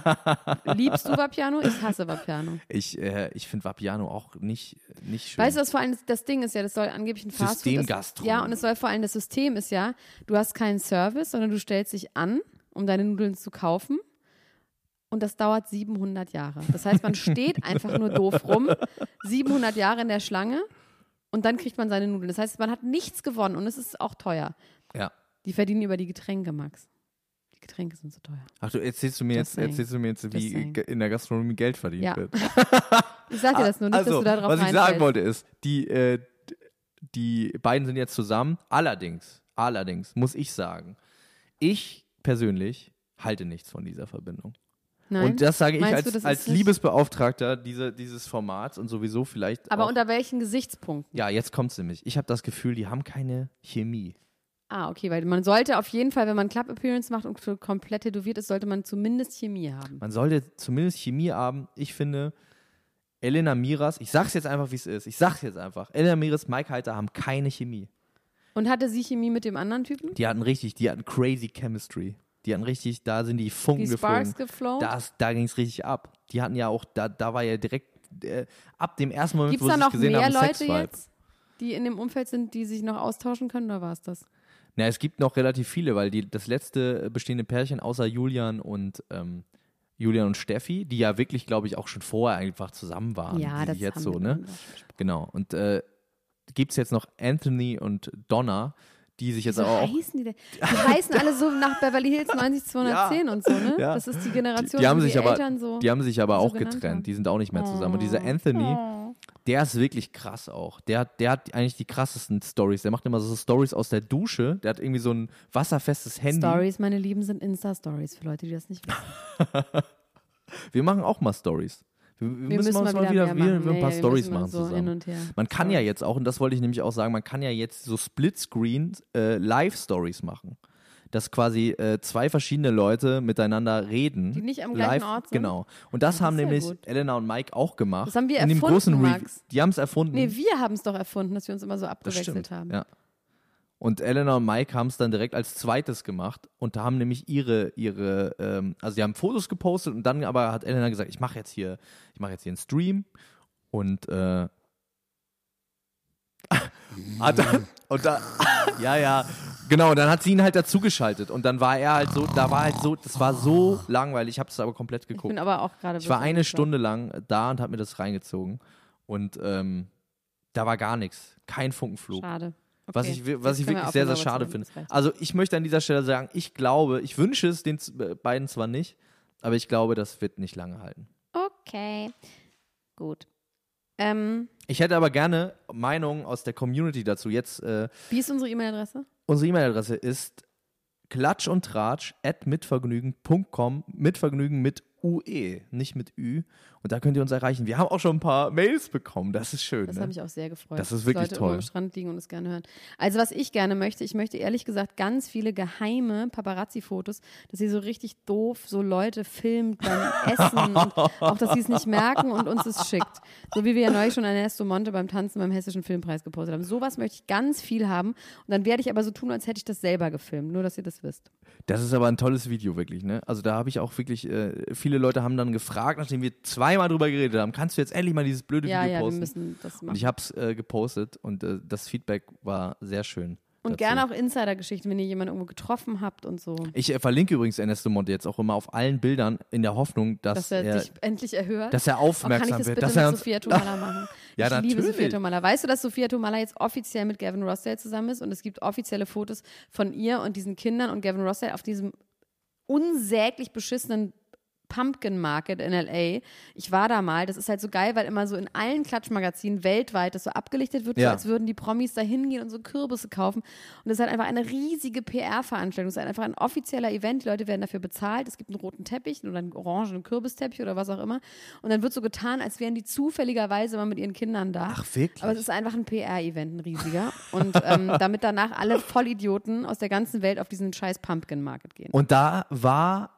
A: Liebst du Vapiano? Ich hasse Vapiano.
B: ich äh, ich finde Vapiano auch nicht, nicht schön.
A: Weißt du, was vor allem das Ding ist ja, das soll angeblich ein Fastfood
B: Systemgastronomie.
A: Ja, und es soll vor allem das System ist ja, du hast keinen Service, sondern du stellst dich an, um deine Nudeln zu kaufen. Und das dauert 700 Jahre. Das heißt, man steht einfach nur doof rum, 700 Jahre in der Schlange und dann kriegt man seine Nudeln. Das heißt, man hat nichts gewonnen und es ist auch teuer.
B: ja.
A: Die verdienen über die Getränke, Max. Die Getränke sind so teuer.
B: Ach du, erzählst du mir
A: Just
B: jetzt, erzählst du mir jetzt wie
A: saying.
B: ge- in der Gastronomie Geld verdient
A: Ja.
B: wird.
A: Ich sag dir das nur nicht,
B: also,
A: dass du da drauf
B: was ich sagen
A: reinfällst.
B: wollte ist, die, äh, d- die beiden sind jetzt zusammen. Allerdings, allerdings muss ich sagen, ich persönlich halte nichts von dieser Verbindung.
A: Nein?
B: Und das sage ich
A: Meinst du,
B: als,
A: das ist
B: als
A: nicht-
B: Liebesbeauftragter diese, dieses Formats und sowieso vielleicht.
A: Aber
B: auch,
A: unter welchen Gesichtspunkten?
B: ja, jetzt kommt's nämlich. Ich habe das Gefühl, die haben keine Chemie.
A: Ah, okay, weil man sollte auf jeden Fall, wenn man Club Appearance macht und so komplett tätowiert ist, sollte man zumindest Chemie haben.
B: Man sollte zumindest Chemie haben. Ich finde, Elena Miras, ich sag's jetzt einfach, wie es ist. Ich sag's jetzt einfach. Elena Miras, Mike Heiter haben keine Chemie.
A: Und hatte sie Chemie mit dem anderen Typen?
B: Die hatten richtig, die hatten crazy Chemistry. Die hatten richtig, da sind die Funken
A: Die
B: geflogen.
A: Sparks geflown?
B: Das, da ging's richtig ab. Die hatten ja auch, da, da war ja direkt äh, ab dem ersten Moment,
A: Gibt
B: wo
A: es da
B: sie sich
A: noch
B: gesehen
A: mehr
B: haben,
A: Leute
B: Sexvibe.
A: jetzt, die in dem Umfeld sind, die sich noch austauschen können, oder war es das?
B: Na, es gibt noch relativ viele, weil die, das letzte äh, bestehende Pärchen außer Julian und ähm, Julian und Steffi, die ja wirklich, glaube ich, auch schon vorher einfach zusammen waren. Ah, die sich jetzt so, ne? Genau. Und äh, gibt's jetzt noch Anthony und Donna, die sich jetzt
A: So
B: aber auch
A: heißen die denn? Die heißen alle so nach Beverly Hills 90210 und so, ne?
B: Ja.
A: Das ist die Generation,
B: die haben
A: wo
B: sich
A: die
B: aber,
A: Eltern so.
B: die haben sich aber
A: so
B: auch
A: genannt
B: getrennt.
A: haben. Oh.
B: Die sind auch nicht mehr zusammen. Und dieser Anthony, der ist wirklich krass auch. Der, hat- der hat eigentlich die krassesten Stories. Der macht immer so Stories aus der Dusche. Der hat irgendwie so ein wasserfestes Handy.
A: Stories, meine Lieben, sind Insta-Stories für Leute, die das nicht wissen.
B: Wir machen auch mal Stories. Wir, wir müssen, uns mal wieder,
A: mehr
B: wieder,
A: machen. Ja,
B: ein paar
A: ja, wir
B: Stories
A: müssen mal
B: machen
A: so
B: zusammen.
A: hin und her.
B: Man kann ja jetzt auch, und das wollte ich nämlich auch sagen, man kann ja jetzt so Splitscreen äh, Live-Stories machen. Dass quasi äh, zwei verschiedene Leute miteinander reden.
A: Die nicht am gleichen Ort sind?
B: Genau. Und das,
A: das
B: haben
A: ist ja
B: nämlich
A: gut.
B: Elena und Mike auch gemacht.
A: Das haben wir
B: in dem
A: erfunden,
B: großen Re-
A: Max.
B: Die haben es erfunden.
A: Nee, wir haben es doch erfunden, dass wir uns immer so
B: Mhm. das
A: abgewechselt
B: stimmt.
A: haben.
B: Ja. Und Elena und Mike haben es dann direkt als zweites gemacht und da haben nämlich ihre, ihre, ähm, also die haben Fotos gepostet und dann aber hat Elena gesagt, ich mache jetzt hier, ich mache jetzt hier einen Stream und äh, hat dann, und da, ja, ja, genau, und dann hat sie ihn halt dazugeschaltet und dann war er halt so, da war halt so, das war so langweilig, ich habe es aber komplett
A: Ich
B: geguckt.
A: bin aber auch gerade.
B: Ich war
A: wirklich
B: eine
A: gespannt.
B: Stunde lang da und habe mir das reingezogen und ähm, da war gar nichts, kein Funkenflug.
A: Schade. Okay.
B: Was ich, wi-
A: Jetzt
B: was ich
A: können wir
B: wirklich sehr, sehr
A: aufhören,
B: schade
A: aber
B: finde.
A: es reicht.
B: Also ich möchte an dieser Stelle sagen, ich glaube, ich wünsche es den z- äh, beiden zwar nicht, aber ich glaube, das wird nicht lange halten.
A: Okay. Gut. Ähm,
B: Ich hätte aber gerne Meinungen aus der Community dazu. Jetzt, äh,
A: wie ist unsere E-Mail-Adresse?
B: unsere E-Mail-Adresse ist klatsch und tratsch at mitvergnügen.com, mitvergnügen mit UE, nicht mit Ü. Und da könnt ihr uns erreichen. Wir haben auch schon ein paar Mails bekommen, das ist schön.
A: Das
B: ne?
A: hat mich auch sehr gefreut.
B: Das ist wirklich
A: Leute
B: toll.
A: Immer am Strand liegen und es gerne hören. Also was ich gerne möchte, ich möchte ehrlich gesagt ganz viele geheime Paparazzi-Fotos, dass sie so richtig doof so Leute filmt beim Essen und auch, dass sie es nicht merken und uns es schickt. So wie wir ja neulich schon Ernesto Monte beim Tanzen beim Hessischen Filmpreis gepostet haben. Sowas möchte ich ganz viel haben und dann werde ich aber so tun, als hätte ich das selber gefilmt. Nur, dass ihr das wisst.
B: Das ist aber ein tolles Video, wirklich, ne? Also da habe ich auch wirklich, äh, viele Leute haben dann gefragt, nachdem wir zweimal drüber geredet haben, kannst du jetzt endlich mal dieses blöde
A: Ja,
B: Video
A: ja, wir
B: posten?
A: müssen das
B: und
A: machen.
B: ich habe es äh, gepostet und äh, das Feedback war sehr schön.
A: Und
B: dazu.
A: gerne auch Insider-Geschichten, wenn ihr jemanden irgendwo getroffen habt und so.
B: Ich äh, verlinke übrigens Ernesto Monte jetzt auch immer auf allen Bildern in der Hoffnung, dass,
A: Dass er
B: er,
A: dich endlich erhört.
B: dass er
A: Oh, kann ich
B: aufmerksam
A: das
B: wird.
A: bitte
B: Dass
A: mit
B: er uns,
A: Sophia Tomala machen?
B: Ja,
A: ich liebe
B: natürlich.
A: Sophia Tomala. Weißt du, dass Sophia Tomala jetzt offiziell mit Gavin Rossdale zusammen ist und es gibt offizielle Fotos von ihr und diesen Kindern und Gavin Rossdale auf diesem unsäglich beschissenen Pumpkin Market in L.A. Ich war da mal. Das ist halt so geil, weil immer so in allen Klatschmagazinen weltweit das so abgelichtet wird,
B: Ja.
A: so als würden die Promis da hingehen und so Kürbisse kaufen. Und es ist halt einfach eine riesige PR-Veranstaltung. Es ist halt einfach ein offizieller Event. Die Leute werden dafür bezahlt. Es gibt einen roten Teppich oder einen orangenen Kürbisteppich oder was auch immer. Und dann wird so getan, als wären die zufälligerweise mal mit ihren Kindern da.
B: Ach, wirklich?
A: Aber es ist einfach ein PR-Event, ein riesiger. Und ähm, damit danach alle Vollidioten aus der ganzen Welt auf diesen scheiß Pumpkin Market gehen.
B: und da war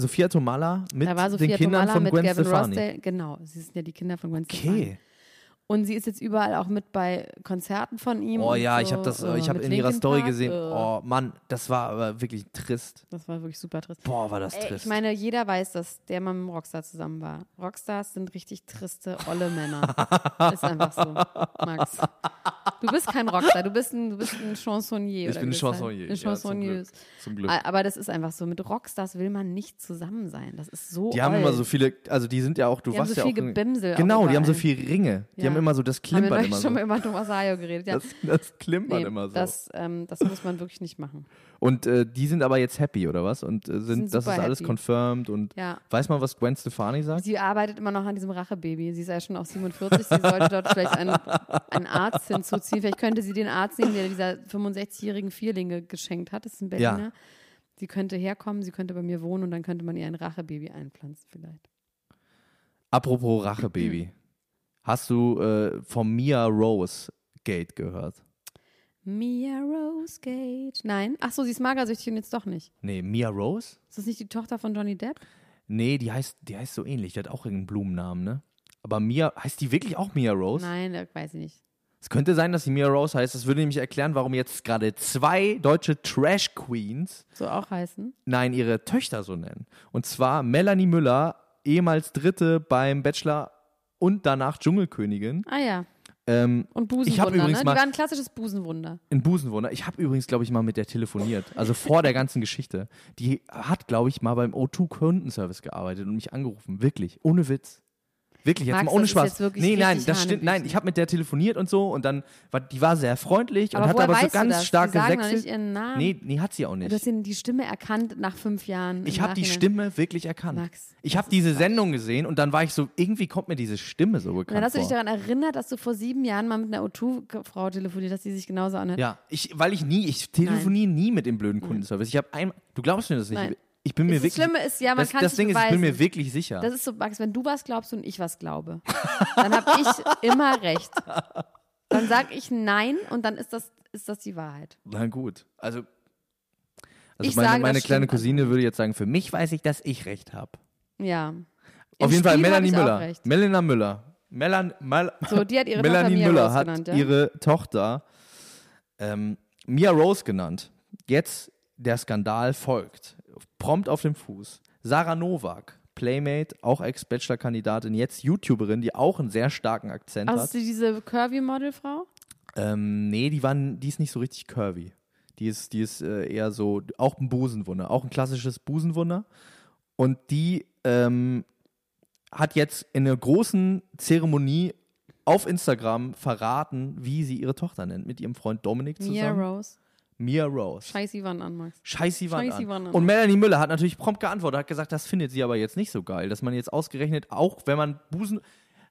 B: Sophia Tomala mit
A: da war
B: den
A: Sophia
B: Kindern
A: Tomala
B: von
A: mit
B: Gwen
A: Gavin
B: Stefani.
A: Rossdale. Genau, sie sind ja die Kinder von Gwen Stefani.
B: Okay.
A: Und sie ist jetzt überall auch mit bei Konzerten von ihm.
B: Oh
A: und
B: ja,
A: so,
B: ich habe das, äh,
A: äh,
B: ich habe
A: mit
B: in ihrer
A: Linkin
B: Story
A: Park,
B: gesehen.
A: äh,
B: Oh Mann, das war aber wirklich trist.
A: Das war wirklich super trist.
B: Boah, war das
A: Ey,
B: trist.
A: ich meine, jeder weiß, dass der mal mit dem Rockstar zusammen war. Rockstars sind richtig triste, olle Männer. ist einfach so, Max. Du bist kein Rockstar, du bist ein, du bist ein Chansonnier.
B: ich
A: oder
B: bin ein
A: wie das heißt.
B: Chansonnier.
A: Ein
B: ja, zum
A: Chansonnier.
B: Glück. Zum Glück.
A: A- Aber das ist Ah, einfach so. Mit Rockstars will man nicht zusammen sein. Das ist so
B: Die haben
A: oll.
B: immer so viele, also die sind ja auch, du
A: oh, Die haben
B: warst
A: so viel
B: ja auch. in-
A: Gebimsel auch
B: genau, die haben so
A: überall.
B: viele Ringe. Die
A: Ja.
B: haben immer so, das
A: Haben wir
B: klimpert
A: neulich
B: immer so.
A: schon mal über Thomas Ayo geredet. Ja.
B: Das, das klimpert
A: Nee,
B: immer so.
A: das, ähm, das muss man wirklich nicht machen.
B: und äh, die sind aber jetzt happy, oder was? Und äh, sind,
A: Sind
B: das ist
A: super
B: alles
A: happy.
B: confirmed und
A: Ja.
B: weiß man, was Gwen Stefani sagt?
A: Sie arbeitet immer noch an diesem Rachebaby. Sie ist ja schon auch 47. Sie sollte dort vielleicht einen, einen Arzt hinzuziehen. Vielleicht könnte sie den Arzt nehmen, der dieser 65-jährigen Vierlinge geschenkt hat. Das ist ein Berliner.
B: Ja.
A: Sie könnte herkommen, sie könnte bei mir wohnen und dann könnte man ihr ein Rachebaby einpflanzen vielleicht.
B: Apropos Rachebaby. Hast du äh, vom Mia Rose Gate gehört?
A: Mia Rosegate. Nein. Ach so, sie ist magersüchtig und jetzt doch nicht.
B: Nee, Mia Rose?
A: Ist das nicht die Tochter von Johnny Depp?
B: Nee, die heißt, die heißt so ähnlich. Die hat auch irgendeinen Blumennamen, ne? Aber Mia, heißt die wirklich auch Mia Rose?
A: Nein, äh, weiß ich nicht.
B: Es könnte sein, dass sie Mia Rose heißt. Das würde nämlich erklären, warum jetzt gerade zwei deutsche Trash Queens,
A: So auch heißen.
B: nein, ihre Töchter so nennen. Und zwar Melanie Müller, ehemals Dritte beim Bachelor und danach Dschungelkönigin.
A: Ah ja.
B: Ähm,
A: Und
B: Ich
A: Busenwunder,
B: hab übrigens
A: ne? Die
B: mal-
A: war ein klassisches Busenwunder.
B: in Busenwunder. Ich habe übrigens, glaube ich, mal mit der telefoniert. Also vor der ganzen Geschichte. Die hat, glaube ich, mal beim O2 Kundenservice gearbeitet und mich angerufen. Wirklich. Ohne Witz. Wirklich, jetzt
A: Max,
B: mal ohne
A: das ist
B: Spaß.
A: jetzt wirklich
B: nee, nein,
A: richtig
B: das stimmt. Nein,
A: Hanebüchen.
B: ich habe mit der telefoniert und so und dann war die war sehr freundlich
A: Aber
B: und hat
A: woher
B: aber so
A: weißt du
B: ganz
A: das?
B: stark
A: Die sagen doch
B: gewechselt.
A: nicht ihren Namen.
B: Nee, nee, hat sie auch nicht.
A: Du hast ihn die Stimme erkannt nach fünf Jahren. im
B: Ich habe die
A: Nachhinein.
B: Stimme wirklich erkannt.
A: Max,
B: ich habe diese Sendung gesehen und dann war ich so, irgendwie kommt mir diese Stimme so
A: Und
B: bekannt
A: dann hast du dich
B: vor.
A: daran erinnert, dass du vor sieben Jahren mal mit einer O2-Frau telefoniert hast, die sich genauso anhört.
B: Ja, ich, weil ich nie, ich telefoniere nie mit dem blöden Kundenservice. Ich habe ein, du glaubst mir das nicht.
A: Nein.
B: Ich bin mir
A: Das
B: wirklich.
A: Schlimme ist ja, man
B: das,
A: kann's
B: das
A: nicht
B: Ding ist, ich bin mir
A: beweisen.
B: wirklich sicher.
A: Das ist so, Max, wenn du was glaubst und ich was glaube, dann habe ich immer recht. Dann sage ich nein und dann ist das, ist das die Wahrheit.
B: Na gut, also. Also
A: Ich
B: meine,
A: sage, das
B: meine kleine
A: stimmt.
B: Cousine würde jetzt sagen, für mich weiß ich, dass ich recht habe.
A: Ja.
B: Auf
A: Im
B: jeden
A: Spiel
B: Fall
A: hab
B: Melanie
A: ich auch
B: Müller.
A: recht.
B: Melina Müller. Melan, Mel
A: So, die hat ihre Tochter
B: Melanie
A: Mia
B: Müller
A: Rose
B: hat
A: genannt, ja?
B: ihre Tochter ähm, Mia Rose genannt. Jetzt der Skandal folgt. Prompt auf dem Fuß. Sarah Novak, Playmate, auch Ex-Bachelor-Kandidatin, jetzt YouTuberin, die auch einen sehr starken Akzent
A: Also
B: hat.
A: ist sie diese Curvy-Model-Frau?
B: Ähm, nee, die, waren, die ist nicht so richtig curvy. Die ist, die ist äh, eher so, auch ein Busenwunder, auch ein klassisches Busenwunder. Und die ähm, hat jetzt in einer großen Zeremonie auf Instagram verraten, wie sie ihre Tochter nennt, mit ihrem Freund Dominik zusammen.
A: Mia Rose.
B: Mia Rose.
A: Scheiß Ivan an, Max.
B: Scheiß die Wand
A: Scheiß die
B: an.
A: Wand an.
B: Und Melanie Müller hat natürlich prompt geantwortet, hat gesagt, das findet sie aber jetzt nicht so geil, dass man jetzt ausgerechnet, auch wenn man Busen,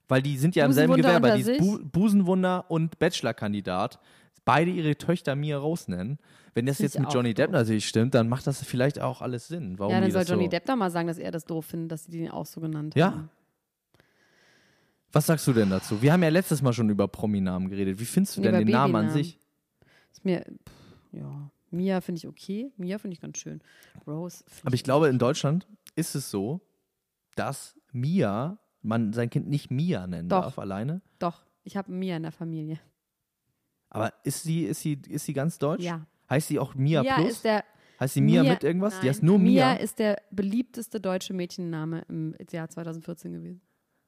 B: weil die sind ja im selben
A: Busenwunder
B: Gewerbe, die
A: unter
B: ist Bu Busenwunder und Bachelor-Kandidat, beide ihre Töchter Mia Rose nennen. Wenn das
A: Finde
B: jetzt
A: ich
B: mit
A: auch
B: Johnny Depp
A: doof.
B: natürlich stimmt, dann macht das vielleicht auch alles Sinn. Warum
A: ja, dann
B: die
A: soll
B: das
A: Johnny
B: so.
A: Depp doch mal sagen, dass er das doof findet, dass sie den auch so genannt
B: Ja.
A: haben.
B: Was sagst du denn dazu? Wir haben ja letztes Mal schon über Prominamen geredet. Wie findest du
A: Und
B: denn
A: über
B: den Namen an
A: Babynamen.
B: sich?
A: Ist mir, pff, ja. Mia finde ich okay. Mia finde ich ganz schön. Rose. find
B: Aber ich glaube, in Deutschland ist es so, dass Mia, man sein Kind nicht Mia nennen
A: Doch.
B: darf alleine.
A: Doch, ich habe Mia in der Familie.
B: Aber ist sie, ist sie, ist sie ganz deutsch?
A: Ja.
B: Heißt sie auch Mia,
A: Mia
B: Plus?
A: ist der
B: heißt sie Mia,
A: Mia-
B: mit irgendwas? Die
A: Nein.
B: heißt nur Mia.
A: ist der beliebteste deutsche Mädchenname im Jahr 2014 gewesen.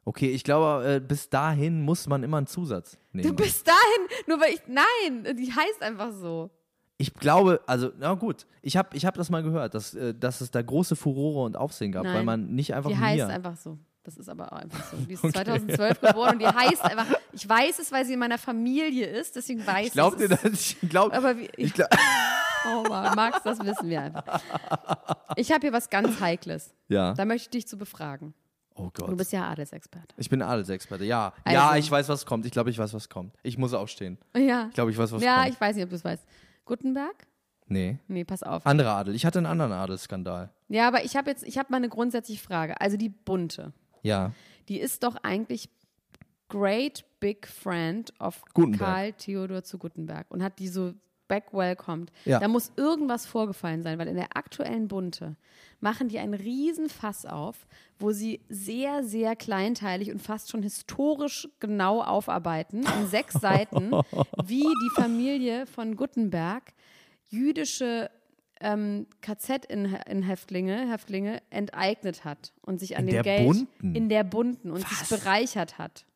B: okay, ich glaube, äh, bis dahin muss man immer einen Zusatz
A: Du
B: nehmen.
A: bist dahin, nur weil ich. Nein, die heißt einfach so.
B: Ich glaube, also, na gut, ich habe ich hab das mal gehört, dass, äh, dass es da große Furore und Aufsehen gab,
A: Nein.
B: weil man nicht einfach
A: die
B: Mia.
A: heißt einfach so. Das ist aber auch einfach so. Die ist
B: Okay.
A: 2012 geboren und die heißt einfach. Ich weiß es, weil sie in meiner Familie ist, deswegen weiß
B: ich glaube
A: es.
B: dir, dass ich glaube.
A: Aber wie, ich,
B: glaub,
A: oh Mann, Max, das wissen wir einfach. Ich habe hier was ganz Heikles.
B: ja.
A: Da möchte ich dich zu befragen.
B: Oh
A: Du
B: Gott.
A: bist ja Adelsexperte.
B: Ich bin Adelsexperte. Ja.
A: Also.
B: Ja, ich weiß, was kommt. Ich glaube, ich weiß, was kommt. Ich muss aufstehen.
A: Ja.
B: Ich glaube, ich weiß, was
A: ja,
B: kommt.
A: ich weiß nicht, ob du es weißt. Gutenberg?
B: nee.
A: Nee, pass auf.
B: Andere Adel. Ich hatte einen anderen Adelsskandal.
A: Ja, aber ich habe jetzt, ich habe mal eine grundsätzliche Frage. Also die bunte,
B: Ja.
A: die ist doch eigentlich Great Big Friend of
B: Gutenberg.
A: Karl Theodor zu Gutenberg und hat die so back welcomed.
B: Ja.
A: Da muss irgendwas vorgefallen sein, weil in der aktuellen Bunte machen die einen riesen Fass auf, wo sie sehr, sehr kleinteilig und fast schon historisch genau aufarbeiten, in sechs Seiten, wie die Familie von Gutenberg jüdische ähm, KZ-Häftlinge Häftlinge enteignet hat und sich an
B: In
A: dem
B: der
A: Geld
B: Bunten?
A: in der bunten und sich bereichert hat.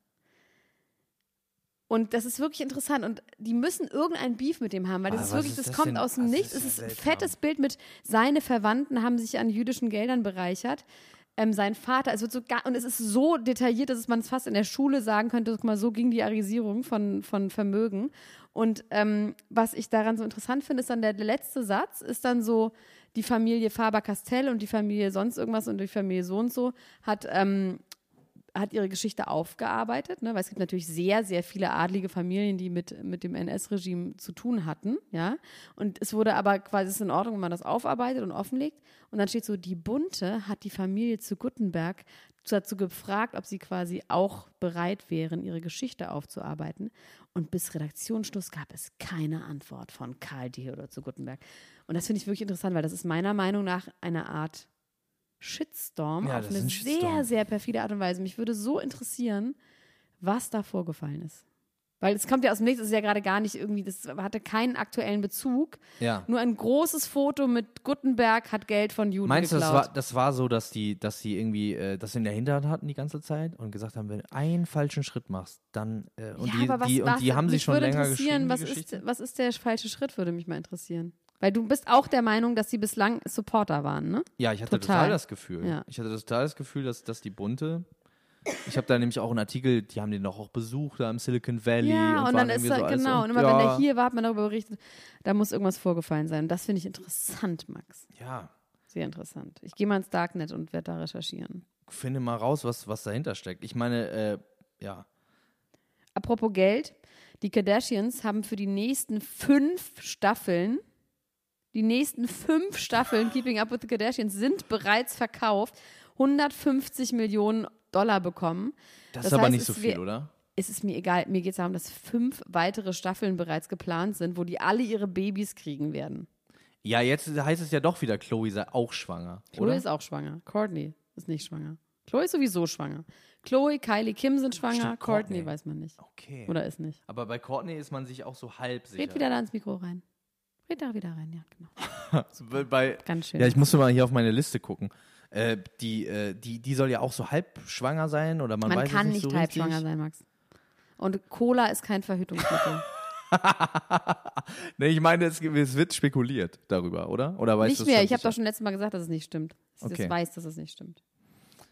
A: Und das ist wirklich interessant. Und die müssen irgendein Beef mit dem haben, weil das
B: Aber
A: ist
B: Ah, was
A: wirklich,
B: ist
A: das,
B: das
A: kommt
B: denn?
A: aus dem
B: Das
A: Nichts.
B: ist
A: Es ist
B: ja
A: ein
B: seltsam.
A: fettes Bild mit seine Verwandten haben sich an jüdischen Geldern bereichert. Ähm, sein Vater, es wird so ga- und es ist so detailliert, dass man es fast in der Schule sagen könnte, guck mal, so ging die Arisierung von, von Vermögen. Und ähm, was ich daran so interessant finde, ist dann der letzte Satz, ist dann so, die Familie Faber-Castell und die Familie sonst irgendwas und die Familie so und so hat ähm, hat ihre Geschichte aufgearbeitet, ne? weil es gibt natürlich sehr, sehr viele adlige Familien, die mit, mit dem NS-Regime zu tun hatten, ja. Und es wurde aber quasi, es ist in Ordnung, wenn man das aufarbeitet und offenlegt. Und dann steht so, die Bunte hat die Familie zu Gutenberg dazu gefragt, ob sie quasi auch bereit wären, ihre Geschichte aufzuarbeiten. Und bis Redaktionsschluss gab es keine Antwort von Karl Theodor zu Gutenberg. Und das finde ich wirklich interessant, weil das ist meiner Meinung nach eine Art Shitstorm
B: Ja,
A: auf
B: das
A: eine
B: ist ein Shitstorm.
A: sehr, sehr perfide Art und Weise. Mich würde so interessieren, was da vorgefallen ist. Weil es kommt ja aus dem Nichts, es ist ja gerade gar nicht irgendwie, das hatte keinen aktuellen Bezug.
B: Ja.
A: Nur ein großes Foto mit Gutenberg hat Geld von Juden
B: Meinst du,
A: geklaut.
B: das war, das war so, dass die, dass sie irgendwie äh, das in der Hinterhand hatten die ganze Zeit und gesagt haben, wenn du einen falschen Schritt machst, dann äh, und
A: ja,
B: die,
A: aber was,
B: die und
A: was,
B: die haben sie
A: mich
B: schon
A: würde
B: länger
A: interessieren,
B: geschrieben.
A: was
B: die
A: ist,
B: Geschichte.
A: was ist der falsche Schritt, würde mich mal interessieren. Weil du bist auch der Meinung, dass sie bislang Supporter waren, ne?
B: ja, ich hatte total,
A: Total.
B: das Gefühl.
A: Ja.
B: Ich hatte total das Gefühl, dass, dass die bunte Ich habe da nämlich auch einen Artikel, die haben den doch auch besucht, da im Silicon Valley.
A: Ja, und,
B: und, waren
A: dann ist
B: irgendwie
A: er,
B: so alles
A: genau,
B: so,
A: und immer
B: ja,
A: wenn er hier war, hat man darüber berichtet, da muss irgendwas vorgefallen sein. Und das finde ich interessant, Max.
B: Ja,
A: Sehr interessant. Ich gehe mal ins Darknet und werde da recherchieren.
B: finde mal raus, was, was dahinter steckt. Ich meine, äh, ja.
A: Apropos Geld, die Kardashians haben für die nächsten fünf Staffeln, die nächsten fünf Staffeln Keeping Up with the Kardashians sind bereits verkauft, 150 Millionen Dollar bekommen.
B: Das,
A: Das
B: ist aber
A: heißt,
B: nicht so
A: es
B: viel,
A: wär-
B: oder?
A: es ist mir egal. Mir geht es darum, dass fünf weitere Staffeln bereits geplant sind, wo die alle ihre Babys kriegen werden.
B: Ja, jetzt heißt es ja doch wieder, Chloe sei auch schwanger.
A: Chloe
B: oder?
A: ist auch schwanger. Courtney ist nicht schwanger. Chloe ist sowieso schwanger. Chloe, Kylie, Kim sind schwanger.
B: Stimmt,
A: Courtney.
B: Kourtney.
A: weiß man nicht.
B: okay.
A: Oder ist nicht.
B: aber bei Courtney ist man sich auch so halb sicher.
A: Red wieder da ins Mikro rein. Red da wieder rein, ja, genau.
B: So, bei- bei,
A: Ganz schön.
B: ja, ich musste mal hier auf meine Liste gucken. Äh, die, äh, die, die soll ja auch so halb schwanger sein oder man,
A: man
B: weiß
A: kann
B: es nicht
A: nicht
B: so
A: halb
B: richtig.
A: schwanger sein, Max. Und Cola ist kein Verhütungsmittel.
B: Nee, ich meine, es, es wird spekuliert darüber, oder? Oder weißt
A: nicht
B: du's
A: mehr.
B: schon
A: Ich habe
B: sicher?
A: doch schon letztes Mal gesagt, dass es nicht stimmt. Dass ich
B: Okay.
A: das weiß, dass es nicht stimmt.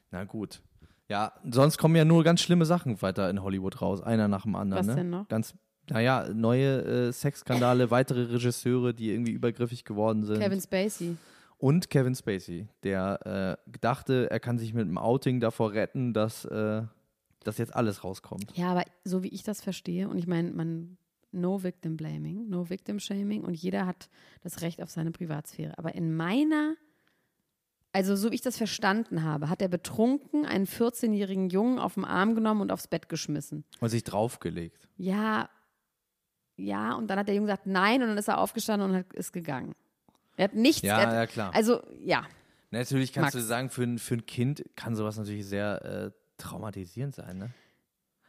B: Na gut. Ja, sonst kommen ja nur ganz schlimme Sachen weiter in Hollywood raus, einer nach dem anderen.
A: Was
B: ne?
A: denn noch?
B: Ganz, naja, neue äh, Sexskandale, weitere Regisseure, die irgendwie übergriffig geworden sind.
A: Kevin Spacey.
B: Und Kevin Spacey, der äh, dachte, er kann sich mit einem Outing davor retten, dass, äh, dass jetzt alles rauskommt.
A: Ja, aber so wie ich das verstehe, und ich meine, man, no victim blaming, no victim shaming, und jeder hat das Recht auf seine Privatsphäre. Aber in meiner, also so wie ich das verstanden habe, hat er betrunken einen 14-jährigen Jungen auf den Arm genommen und aufs Bett geschmissen.
B: Und sich draufgelegt.
A: Ja, ja, und dann hat der Junge gesagt, nein, und dann ist er aufgestanden und hat, ist gegangen. Er hat nichts.
B: Ja,
A: er hat,
B: ja, klar.
A: Also, ja.
B: Natürlich kannst
A: Max.
B: du sagen, für ein, für ein Kind kann sowas natürlich sehr äh, traumatisierend sein, ne?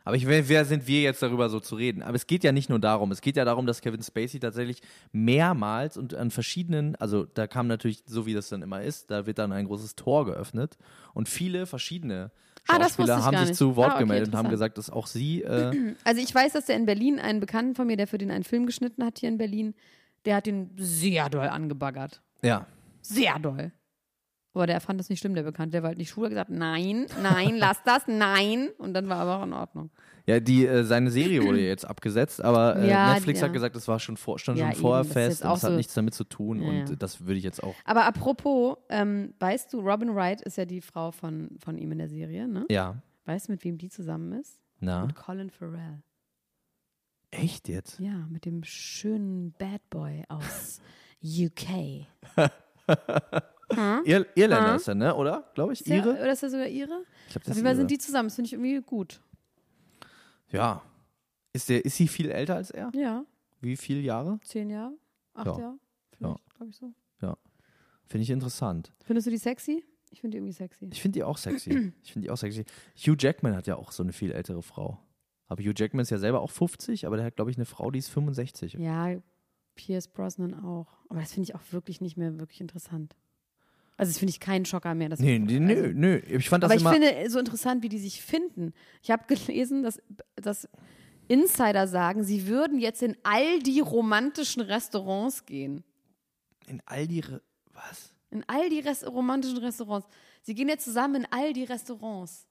B: Aber ich, wer, wer sind wir jetzt darüber so zu reden? Aber es geht ja nicht nur darum. Es geht ja darum, dass Kevin Spacey tatsächlich mehrmals und an verschiedenen, also da kam natürlich, so wie das dann immer ist, da wird dann ein großes Tor geöffnet und viele verschiedene
A: Ah, das
B: Schauspieler
A: wusste ich
B: haben
A: gar
B: sich
A: nicht.
B: zu Wort
A: Ah, okay,
B: gemeldet und haben
A: interessant.
B: gesagt, dass auch sie äh,
A: Also ich weiß, dass der in Berlin, einen Bekannten von mir, der für den einen Film geschnitten hat hier in Berlin, der hat ihn sehr doll angebaggert.
B: ja,
A: sehr doll. Aber der fand das nicht schlimm, der Bekannte. Der war halt nicht schwul, hat gesagt, nein, nein, lass das, nein. Und dann war aber auch in Ordnung.
B: Ja, die, äh, seine Serie wurde ja jetzt abgesetzt, aber äh,
A: Ja,
B: Netflix
A: ja.
B: hat gesagt, das war schon vor, stand
A: Ja,
B: schon
A: eben,
B: vorher
A: das ist
B: fest
A: jetzt
B: und
A: auch
B: das hat
A: so-
B: nichts damit zu tun
A: Ja,
B: und
A: ja.
B: das würde ich jetzt auch.
A: Aber apropos, ähm, weißt du, Robin Wright ist ja die Frau von, von ihm in der Serie, ne?
B: Ja,
A: Weißt du, mit wem die zusammen ist?
B: na.
A: Mit Colin Farrell.
B: Echt jetzt?
A: Ja, mit dem schönen Bad Boy aus UK.
B: Ir Irländer ist er, ne? Oder? Glaube ich,
A: Ist der-
B: Ihre?
A: Oder ist das sogar ihre?
B: Ich glaube,
A: Auf
B: das
A: jeden
B: ist
A: Fall
B: ihre.
A: sind die zusammen, das finde ich irgendwie gut.
B: Ja. Ist, der, ist sie viel älter als er?
A: Ja,
B: Wie viele Jahre?
A: zehn Jahre, acht
B: Ja.
A: Jahre, vielleicht, glaube ich so.
B: Finde ich interessant.
A: Findest du die sexy? Ich finde die irgendwie sexy.
B: Ich finde die auch sexy. ich finde die auch sexy. Hugh Jackman hat ja auch so eine viel ältere Frau. Aber Hugh Jackman ist ja selber auch 50, aber der hat, glaube ich, eine Frau, die ist 65.
A: Ja, Pierce Brosnan auch. Aber das finde ich auch wirklich nicht mehr wirklich interessant. Also das finde ich keinen Schocker mehr. Dass
B: Nee, nee,
A: also,
B: nö, nö. Ich fand das
A: aber ich
B: immer.
A: finde so interessant, wie die sich finden. Ich habe gelesen, dass, dass Insider sagen, sie würden jetzt in all die romantischen Restaurants gehen.
B: in all die. Re Was?
A: In all die Res romantischen Restaurants. Sie gehen jetzt zusammen in all die Restaurants,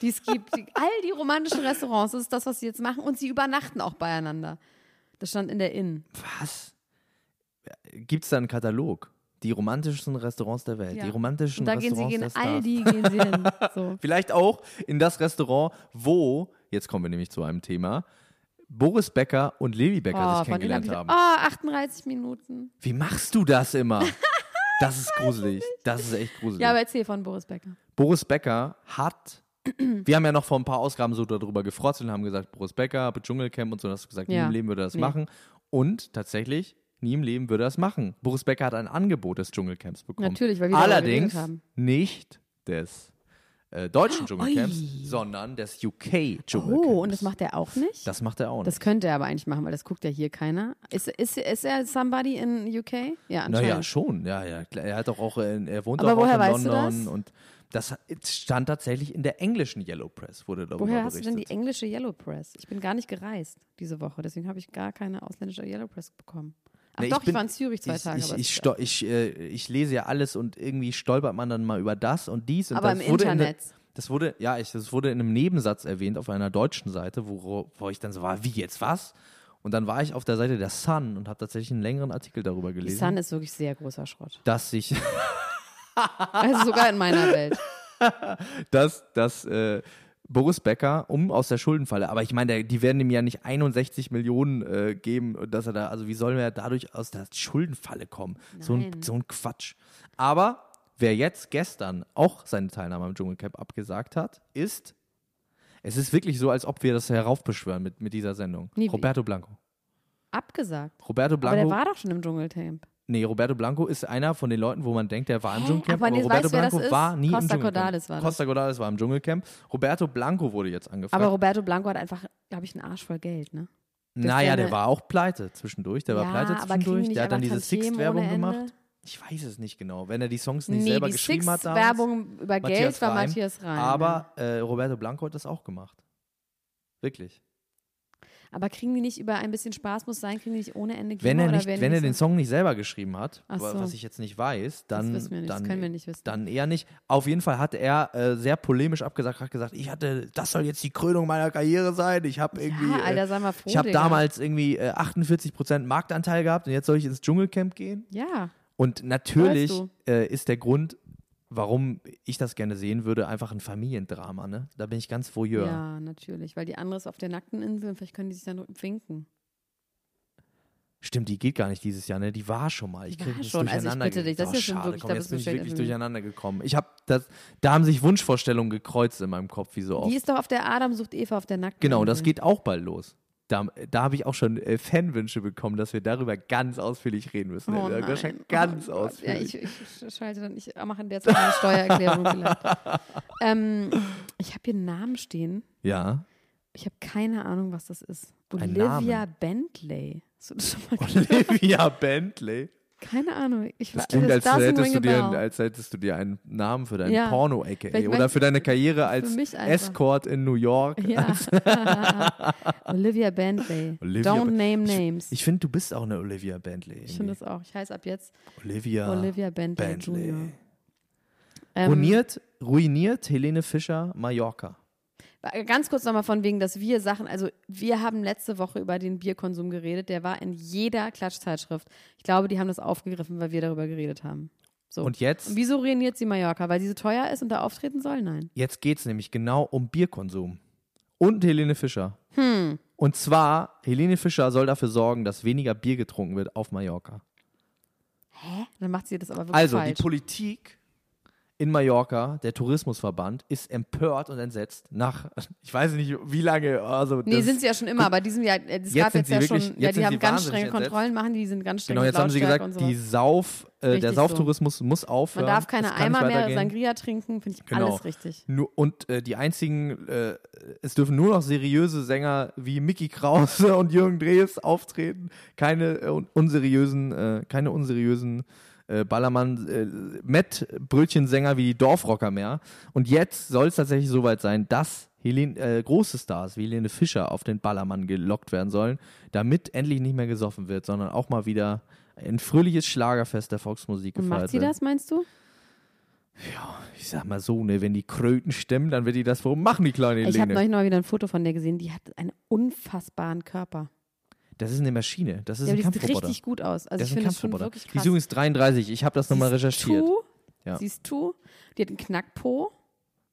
A: die es gibt. Die, all die romantischen Restaurants, das ist das, was sie jetzt machen. Und sie übernachten auch beieinander. Das stand in der Inn.
B: Was? Gibt es da einen Katalog? Die romantischsten Restaurants der Welt.
A: Ja.
B: Die romantischen
A: Und da gehen sie
B: Restaurants
A: gegen
B: der Stars.
A: Aldi, gehen sie hin. So.
B: Vielleicht auch in das Restaurant, wo, jetzt kommen wir nämlich zu einem Thema, Boris Becker und Lilly Becker
A: Oh,
B: sich
A: von denen hab
B: kennengelernt
A: ich,
B: haben.
A: oh, 38 Minuten.
B: Wie machst du das immer? Das ist gruselig. Das ist echt gruselig.
A: Ja, aber erzähl von Boris Becker.
B: Boris Becker hat, wir haben ja noch vor ein paar Ausgaben so darüber gefrotzt und haben gesagt, Boris Becker, Dschungelcamp und so, und hast du gesagt, nie
A: Ja.
B: im Leben würde er das
A: Nee.
B: machen. Und tatsächlich, nie im Leben würde er das machen. Boris Becker hat ein Angebot des Dschungelcamps bekommen.
A: Natürlich, weil wir darüber
B: Allerdings
A: geredet haben.
B: nicht des äh, deutschen Dschungelcamps, sondern des UK-Dschungelcamps.
A: Oh, und das macht er auch nicht?
B: Das macht er auch
A: Das
B: nicht.
A: könnte er aber eigentlich machen, weil das guckt ja hier keiner. Ist, ist, ist er somebody in UK? Ja, anscheinend.
B: Naja, schon. Ja, ja. klar. Er hat doch auch, in, er wohnt
A: Aber
B: doch auch
A: woher
B: in
A: weißt du
B: London
A: das?
B: und das stand tatsächlich in der englischen Yellow Press, wurde darüber
A: Woher hast
B: berichtet.
A: du denn die englische Yellow Press? Ich bin gar nicht gereist diese Woche, deswegen habe ich gar keine ausländische Yellow Press bekommen. Ach
B: Nee,
A: doch, ich,
B: bin-
A: war in Zürich zwei
B: ich,
A: Tage.
B: Ich,
A: aber
B: ich,
A: es-
B: stol- ich, äh, ich lese ja alles und irgendwie stolpert man dann mal über das und dies und
A: aber
B: das.
A: im
B: wurde in der-
A: Internet.
B: Das wurde, ja, ich, das wurde in einem Nebensatz erwähnt auf einer deutschen Seite, wo, wo ich dann so war, wie jetzt was? Und dann war ich auf der Seite der Sun und habe tatsächlich einen längeren Artikel darüber
A: Die
B: gelesen,
A: Sun ist wirklich sehr großer Schrott.
B: dass sich,
A: Also sogar in meiner Welt.
B: dass, dass äh, Boris Becker um aus der Schuldenfalle, aber ich meine, der- die werden ihm ja nicht 61 Millionen äh, geben, und dass er da, also wie soll er dadurch aus der Schuldenfalle kommen? So ein,
A: Nein.
B: so ein Quatsch. Aber wer jetzt gestern auch seine Teilnahme am Dschungelcamp abgesagt hat, ist, es ist wirklich so, als ob wir das heraufbeschwören mit, mit dieser Sendung.
A: Nee, wie-
B: Roberto Blanco.
A: Abgesagt.
B: Roberto
A: Aber der
B: Blanco.
A: war doch schon im Dschungelcamp.
B: Nee, Roberto Blanco ist einer von den Leuten, wo man denkt, der war im
A: Hä?
B: Dschungelcamp.
A: Aber man
B: Roberto
A: weiß, wer das
B: Blanco
A: ist.
B: war
A: Costa
B: nie im Dschungelcamp.
A: Cordalis war das.
B: Costa Cordalis war im Dschungelcamp. Roberto Blanco wurde jetzt angefragt.
A: Aber Roberto Blanco hat einfach, glaube ich, einen Arsch voll Geld, ne?
B: naja, der
A: eine-
B: war auch pleite zwischendurch. Der war pleite
A: aber kriegen
B: zwischendurch.
A: die nicht
B: Der hat dann
A: einfach
B: diese
A: Tantiemen
B: Sixt-Werbung
A: ohne Ende?
B: gemacht. Ich weiß es nicht genau. Wenn er die Songs nicht selber
A: die
B: geschrieben hat damals.
A: Werbung über Geld war
B: Reim.
A: Matthias Reim. ne?
B: Aber äh, Roberto Blanco hat das auch gemacht. Wirklich.
A: aber kriegen die nicht über ein bisschen Spaß muss sein, kriegen die nicht ohne Ende Geld?
B: Wenn er,
A: oder
B: nicht,
A: werden
B: wenn
A: die
B: er den
A: so-
B: Song nicht selber geschrieben hat,
A: Ach
B: wa-
A: so.
B: was ich jetzt nicht weiß, dann,
A: wissen wir nicht, das
B: dann,
A: können wir nicht wissen.
B: dann eher nicht. Auf jeden Fall hat er äh, sehr polemisch abgesagt, hat gesagt, ich hatte, das soll jetzt die Krönung meiner Karriere sein. Ich habe irgendwie,
A: Ja, Alter,
B: äh,
A: sei mal froh.
B: ich habe
A: Digga.
B: damals irgendwie äh, 48% Marktanteil gehabt und jetzt soll ich ins Dschungelcamp gehen.
A: Ja,
B: Und natürlich
A: Weißt
B: äh, ist der Grund, warum ich das gerne sehen würde, einfach ein Familiendrama. Ne? Da bin ich ganz voyeur.
A: ja, natürlich. Weil die andere ist auf der nackten Insel und vielleicht können die sich dann winken.
B: Stimmt, die geht gar nicht dieses Jahr, ne? Die war schon mal. Ich
A: Die
B: krieg
A: war
B: das
A: schon, also ich
B: durcheinander
A: bitte dich, das
B: oh,
A: ist schon
B: schade,
A: wirklich-
B: komm,
A: da
B: jetzt
A: bist du
B: bin ich
A: schlecht
B: wirklich
A: informiert.
B: durcheinander gekommen. Ich hab das, da haben sich Wunschvorstellungen gekreuzt in meinem Kopf, wie so oft.
A: Die ist doch auf der Adam sucht Eva auf der nackten
B: genau,
A: Insel.
B: das geht auch bald los. Da, da habe ich auch schon äh, Fanwünsche bekommen, dass wir darüber ganz ausführlich reden müssen.
A: Oh
B: Äh,
A: nein.
B: wahrscheinlich ganz
A: oh Gott. Ja,
B: ausführlich.
A: ich, ich schalte dann, ich mache in der Zeit eine Steuererklärung vielleicht. ähm, ich habe hier einen Namen stehen.
B: Ja.
A: Ich habe keine Ahnung, was das ist.
B: Ein
A: Olivia
B: Name.
A: Bentley. Hast du das schon mal gehört?
B: Olivia Bentley.
A: Keine Ahnung. Ich
B: Das
A: war-
B: klingt, als
A: doesn't
B: hättest,
A: ring
B: du
A: a
B: dir,
A: bell.
B: als hättest du dir einen Namen für deinen
A: Ja.
B: Porno-AKA
A: Vielleicht
B: oder
A: möchte-
B: für deine Karriere als
A: mich einfach.
B: Escort in New York.
A: Ja. Olivia Bentley.
B: Olivia
A: Don't
B: Ben-
A: name
B: Ich-
A: names.
B: Ich finde, du bist auch eine Olivia Bentley.
A: Ich finde
B: irgendwie.
A: das auch. Ich heiße ab jetzt
B: Olivia,
A: Olivia Bentley, Ähm,
B: Bentley.
A: Jr.
B: ruiniert, ruiniert Helene Fischer Mallorca.
A: Ganz kurz nochmal von wegen, dass wir Sachen, also wir haben letzte Woche über den Bierkonsum geredet, der war in jeder Klatschzeitschrift. Ich glaube, die haben das aufgegriffen, weil wir darüber geredet haben. So.
B: Und jetzt?
A: Und wieso ruiniert sie Mallorca? Weil sie so teuer ist und da auftreten soll? Nein.
B: Jetzt geht es nämlich genau um Bierkonsum. Und Helene Fischer.
A: Hm.
B: Und zwar, Helene Fischer soll dafür sorgen, dass weniger Bier getrunken wird auf Mallorca.
A: Hä? Dann macht sie das aber wirklich
B: Also,
A: falsch.
B: die Politik in Mallorca, der Tourismusverband, ist empört und entsetzt nach, ich weiß nicht, wie lange. Also
A: Nee,
B: das-
A: sind sie ja schon immer, aber diesem Jahr, äh, es
B: Jetzt
A: gab
B: sind
A: jetzt
B: sie
A: ja
B: wirklich-
A: schon,
B: jetzt
A: ja,
B: sind
A: die haben
B: sie
A: ganz
B: wahnsinnig
A: strenge
B: entsetzt.
A: Kontrollen, machen die, sind ganz streng
B: Genau, jetzt haben sie
A: Lautstärke und
B: gesagt,
A: sowas.
B: die Sauf, äh, der
A: Richtig
B: Sauftourismus muss aufhören.
A: Man darf keine
B: Es kann nicht
A: Eimer mehr
B: weitergehen.
A: Sangria trinken, finde ich
B: Genau.
A: alles richtig.
B: Nur, und äh, die einzigen, äh, es dürfen nur noch seriöse Sänger wie Mickey Krause und Jürgen Drees auftreten. Keine äh, un- unseriösen, äh, keine unseriösen äh, Ballermann, äh, Met-Brötchensänger wie die Dorfrocker mehr. Und jetzt soll es tatsächlich soweit sein, dass Helene, äh, große Stars wie Helene Fischer auf den Ballermann gelockt werden sollen, damit endlich nicht mehr gesoffen wird, sondern auch mal wieder ein fröhliches Schlagerfest der Volksmusik
A: Und
B: gefeiert
A: macht sie
B: wird
A: das, meinst du?
B: ich sag mal so, ne, wenn die Kröten stimmen, dann wird die das wohl machen, die kleine
A: Ich habe
B: Helene.
A: neulich mal wieder ein Foto von der gesehen, die hat einen unfassbaren Körper.
B: Das ist eine Maschine, das ist
A: Ja, aber
B: ein
A: die sieht
B: Kampfroboter.
A: richtig gut aus. Also
B: das
A: ich
B: ist ein
A: finde es schon
B: Kampfroboter.
A: wirklich
B: Die
A: krass.
B: ist übrigens 33, ich habe das nochmal
A: Sie ist
B: recherchiert.
A: Tu,
B: Ja.
A: Sie ist Tu. Die hat einen Knackpo.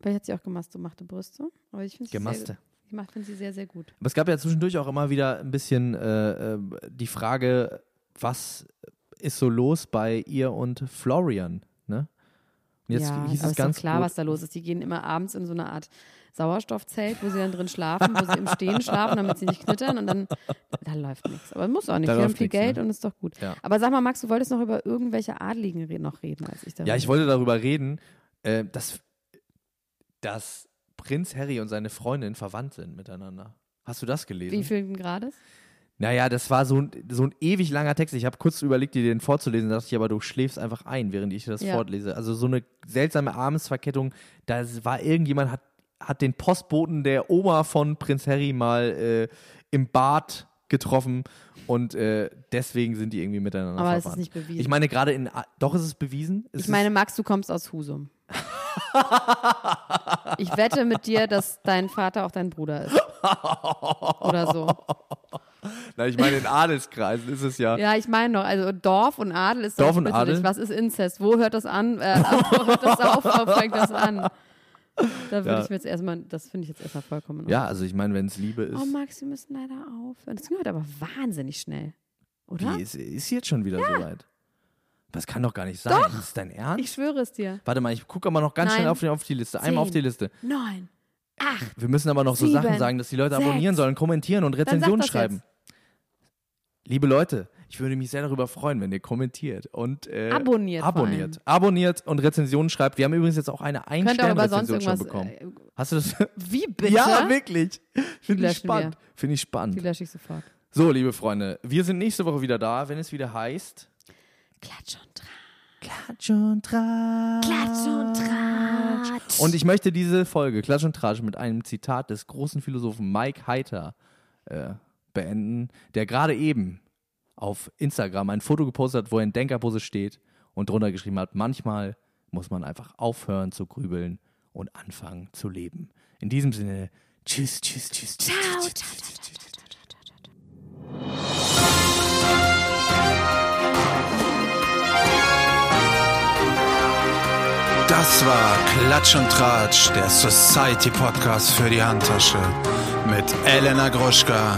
A: Vielleicht hat sie auch gemaste, machte Brüste. Aber ich finde sie,
B: Gemaste.
A: sehr- ich mach- find sie sehr, sehr gut.
B: Aber es gab ja zwischendurch auch immer wieder ein bisschen äh, äh, die Frage, was ist so los bei ihr und Florian, ne? Und jetzt
A: ja,
B: hieß
A: aber
B: es ganz
A: ist doch klar,
B: gut,
A: was da los ist. Die gehen immer abends in so eine Art Sauerstoffzelt, wo sie dann drin schlafen, wo sie im Stehen schlafen, damit sie nicht knittern und dann da läuft nichts. Aber muss auch nicht.
B: Da
A: Wir haben
B: läuft
A: viel
B: nichts,
A: Geld
B: ne?
A: und ist doch gut.
B: Ja.
A: Aber sag mal, Max, du wolltest noch über irgendwelche Adligen re- noch reden, als ich da
B: Ja, ich wollte darüber reden, äh, dass, dass Prinz Harry und seine Freundin verwandt sind miteinander. Hast du das gelesen?
A: Wie viel Grades?
B: Naja, das war so ein, so ein ewig langer Text. Ich habe kurz überlegt, dir den vorzulesen, dachte ich, aber du schläfst einfach ein, während ich dir das
A: Ja.
B: fortlese. Also so eine seltsame Abendverkettung. Da war irgendjemand, hat, hat den Postboten der Oma von Prinz Harry mal äh, im Bad getroffen und äh, deswegen sind die irgendwie miteinander
A: Aber es ist
B: verwandt.
A: nicht bewiesen.
B: Ich meine, gerade in, A- doch ist es bewiesen. Es
A: Ich meine, Max, du kommst aus Husum. Ich wette mit dir, dass dein Vater auch dein Bruder ist. Oder so.
B: Nein, ich meine, in Adelskreisen ist es ja.
A: Ja, ich meine noch, also Dorf und Adel ist
B: Dorf
A: doch
B: und
A: bitte nicht.
B: Adel?
A: Was ist Inzest? Wo hört das an? Äh, wo hört das auf? Wo fängt das an? Da würde
B: Ja.
A: ich mir jetzt erstmal, das finde ich jetzt erstmal vollkommen. in Ordnung.
B: Ja, also ich meine, wenn es Liebe ist.
A: Oh Max, wir müssen leider aufhören. Das ging heute aber wahnsinnig schnell. Oder?
B: Wie, ist, ist jetzt schon wieder soweit? Das kann doch gar nicht sein. Ist das dein Ernst?
A: Ich schwöre es dir.
B: Warte mal, ich gucke aber noch ganz
A: Nein.
B: schnell auf die, auf die Liste. Einmal auf die
A: Zehn.
B: Liste.
A: Neun. Acht.
B: Wir müssen aber noch so
A: Sieben,
B: Sachen sagen, dass die Leute
A: sechs.
B: abonnieren sollen, kommentieren und
A: Dann
B: Rezensionen
A: sag das
B: schreiben. Liebe Leute, ich würde mich sehr darüber freuen, wenn ihr kommentiert und äh,
A: Abonniert vor
B: abonniert, abonniert und Rezensionen schreibt. Wir haben übrigens jetzt auch eine ein
A: Könnt ihr aber sonst
B: rezension schon
A: irgendwas.
B: bekommen.
A: Äh,
B: Hast du das?
A: wie bitte?
B: Ja, wirklich.
A: Die
B: Finde ich
A: löschen wir.
B: spannend. Finde ich
A: Die
B: spannend.
A: lösche ich sofort.
B: So, liebe Freunde, wir sind nächste Woche wieder da, wenn es wieder heißt.
A: Klatsch und Draht.
B: Klatsch und Tratsch.
A: Klatsch und Draht.
B: Und ich möchte diese Folge, Klatsch und Tratsch, mit einem Zitat des großen Philosophen Mike Heiter äh, beenden, der gerade eben auf Instagram ein Foto gepostet hat, wo er in Denkerpose steht und drunter geschrieben hat, manchmal muss man einfach aufhören zu grübeln und anfangen zu leben. In diesem Sinne, tschüss, tschüss, tschüss, tschüss. tschüss, tschüss, tschüss, tschüss, tschüss.
D: Das war Klatsch und Tratsch, der Society Podcast für die Handtasche mit Elena Gruschka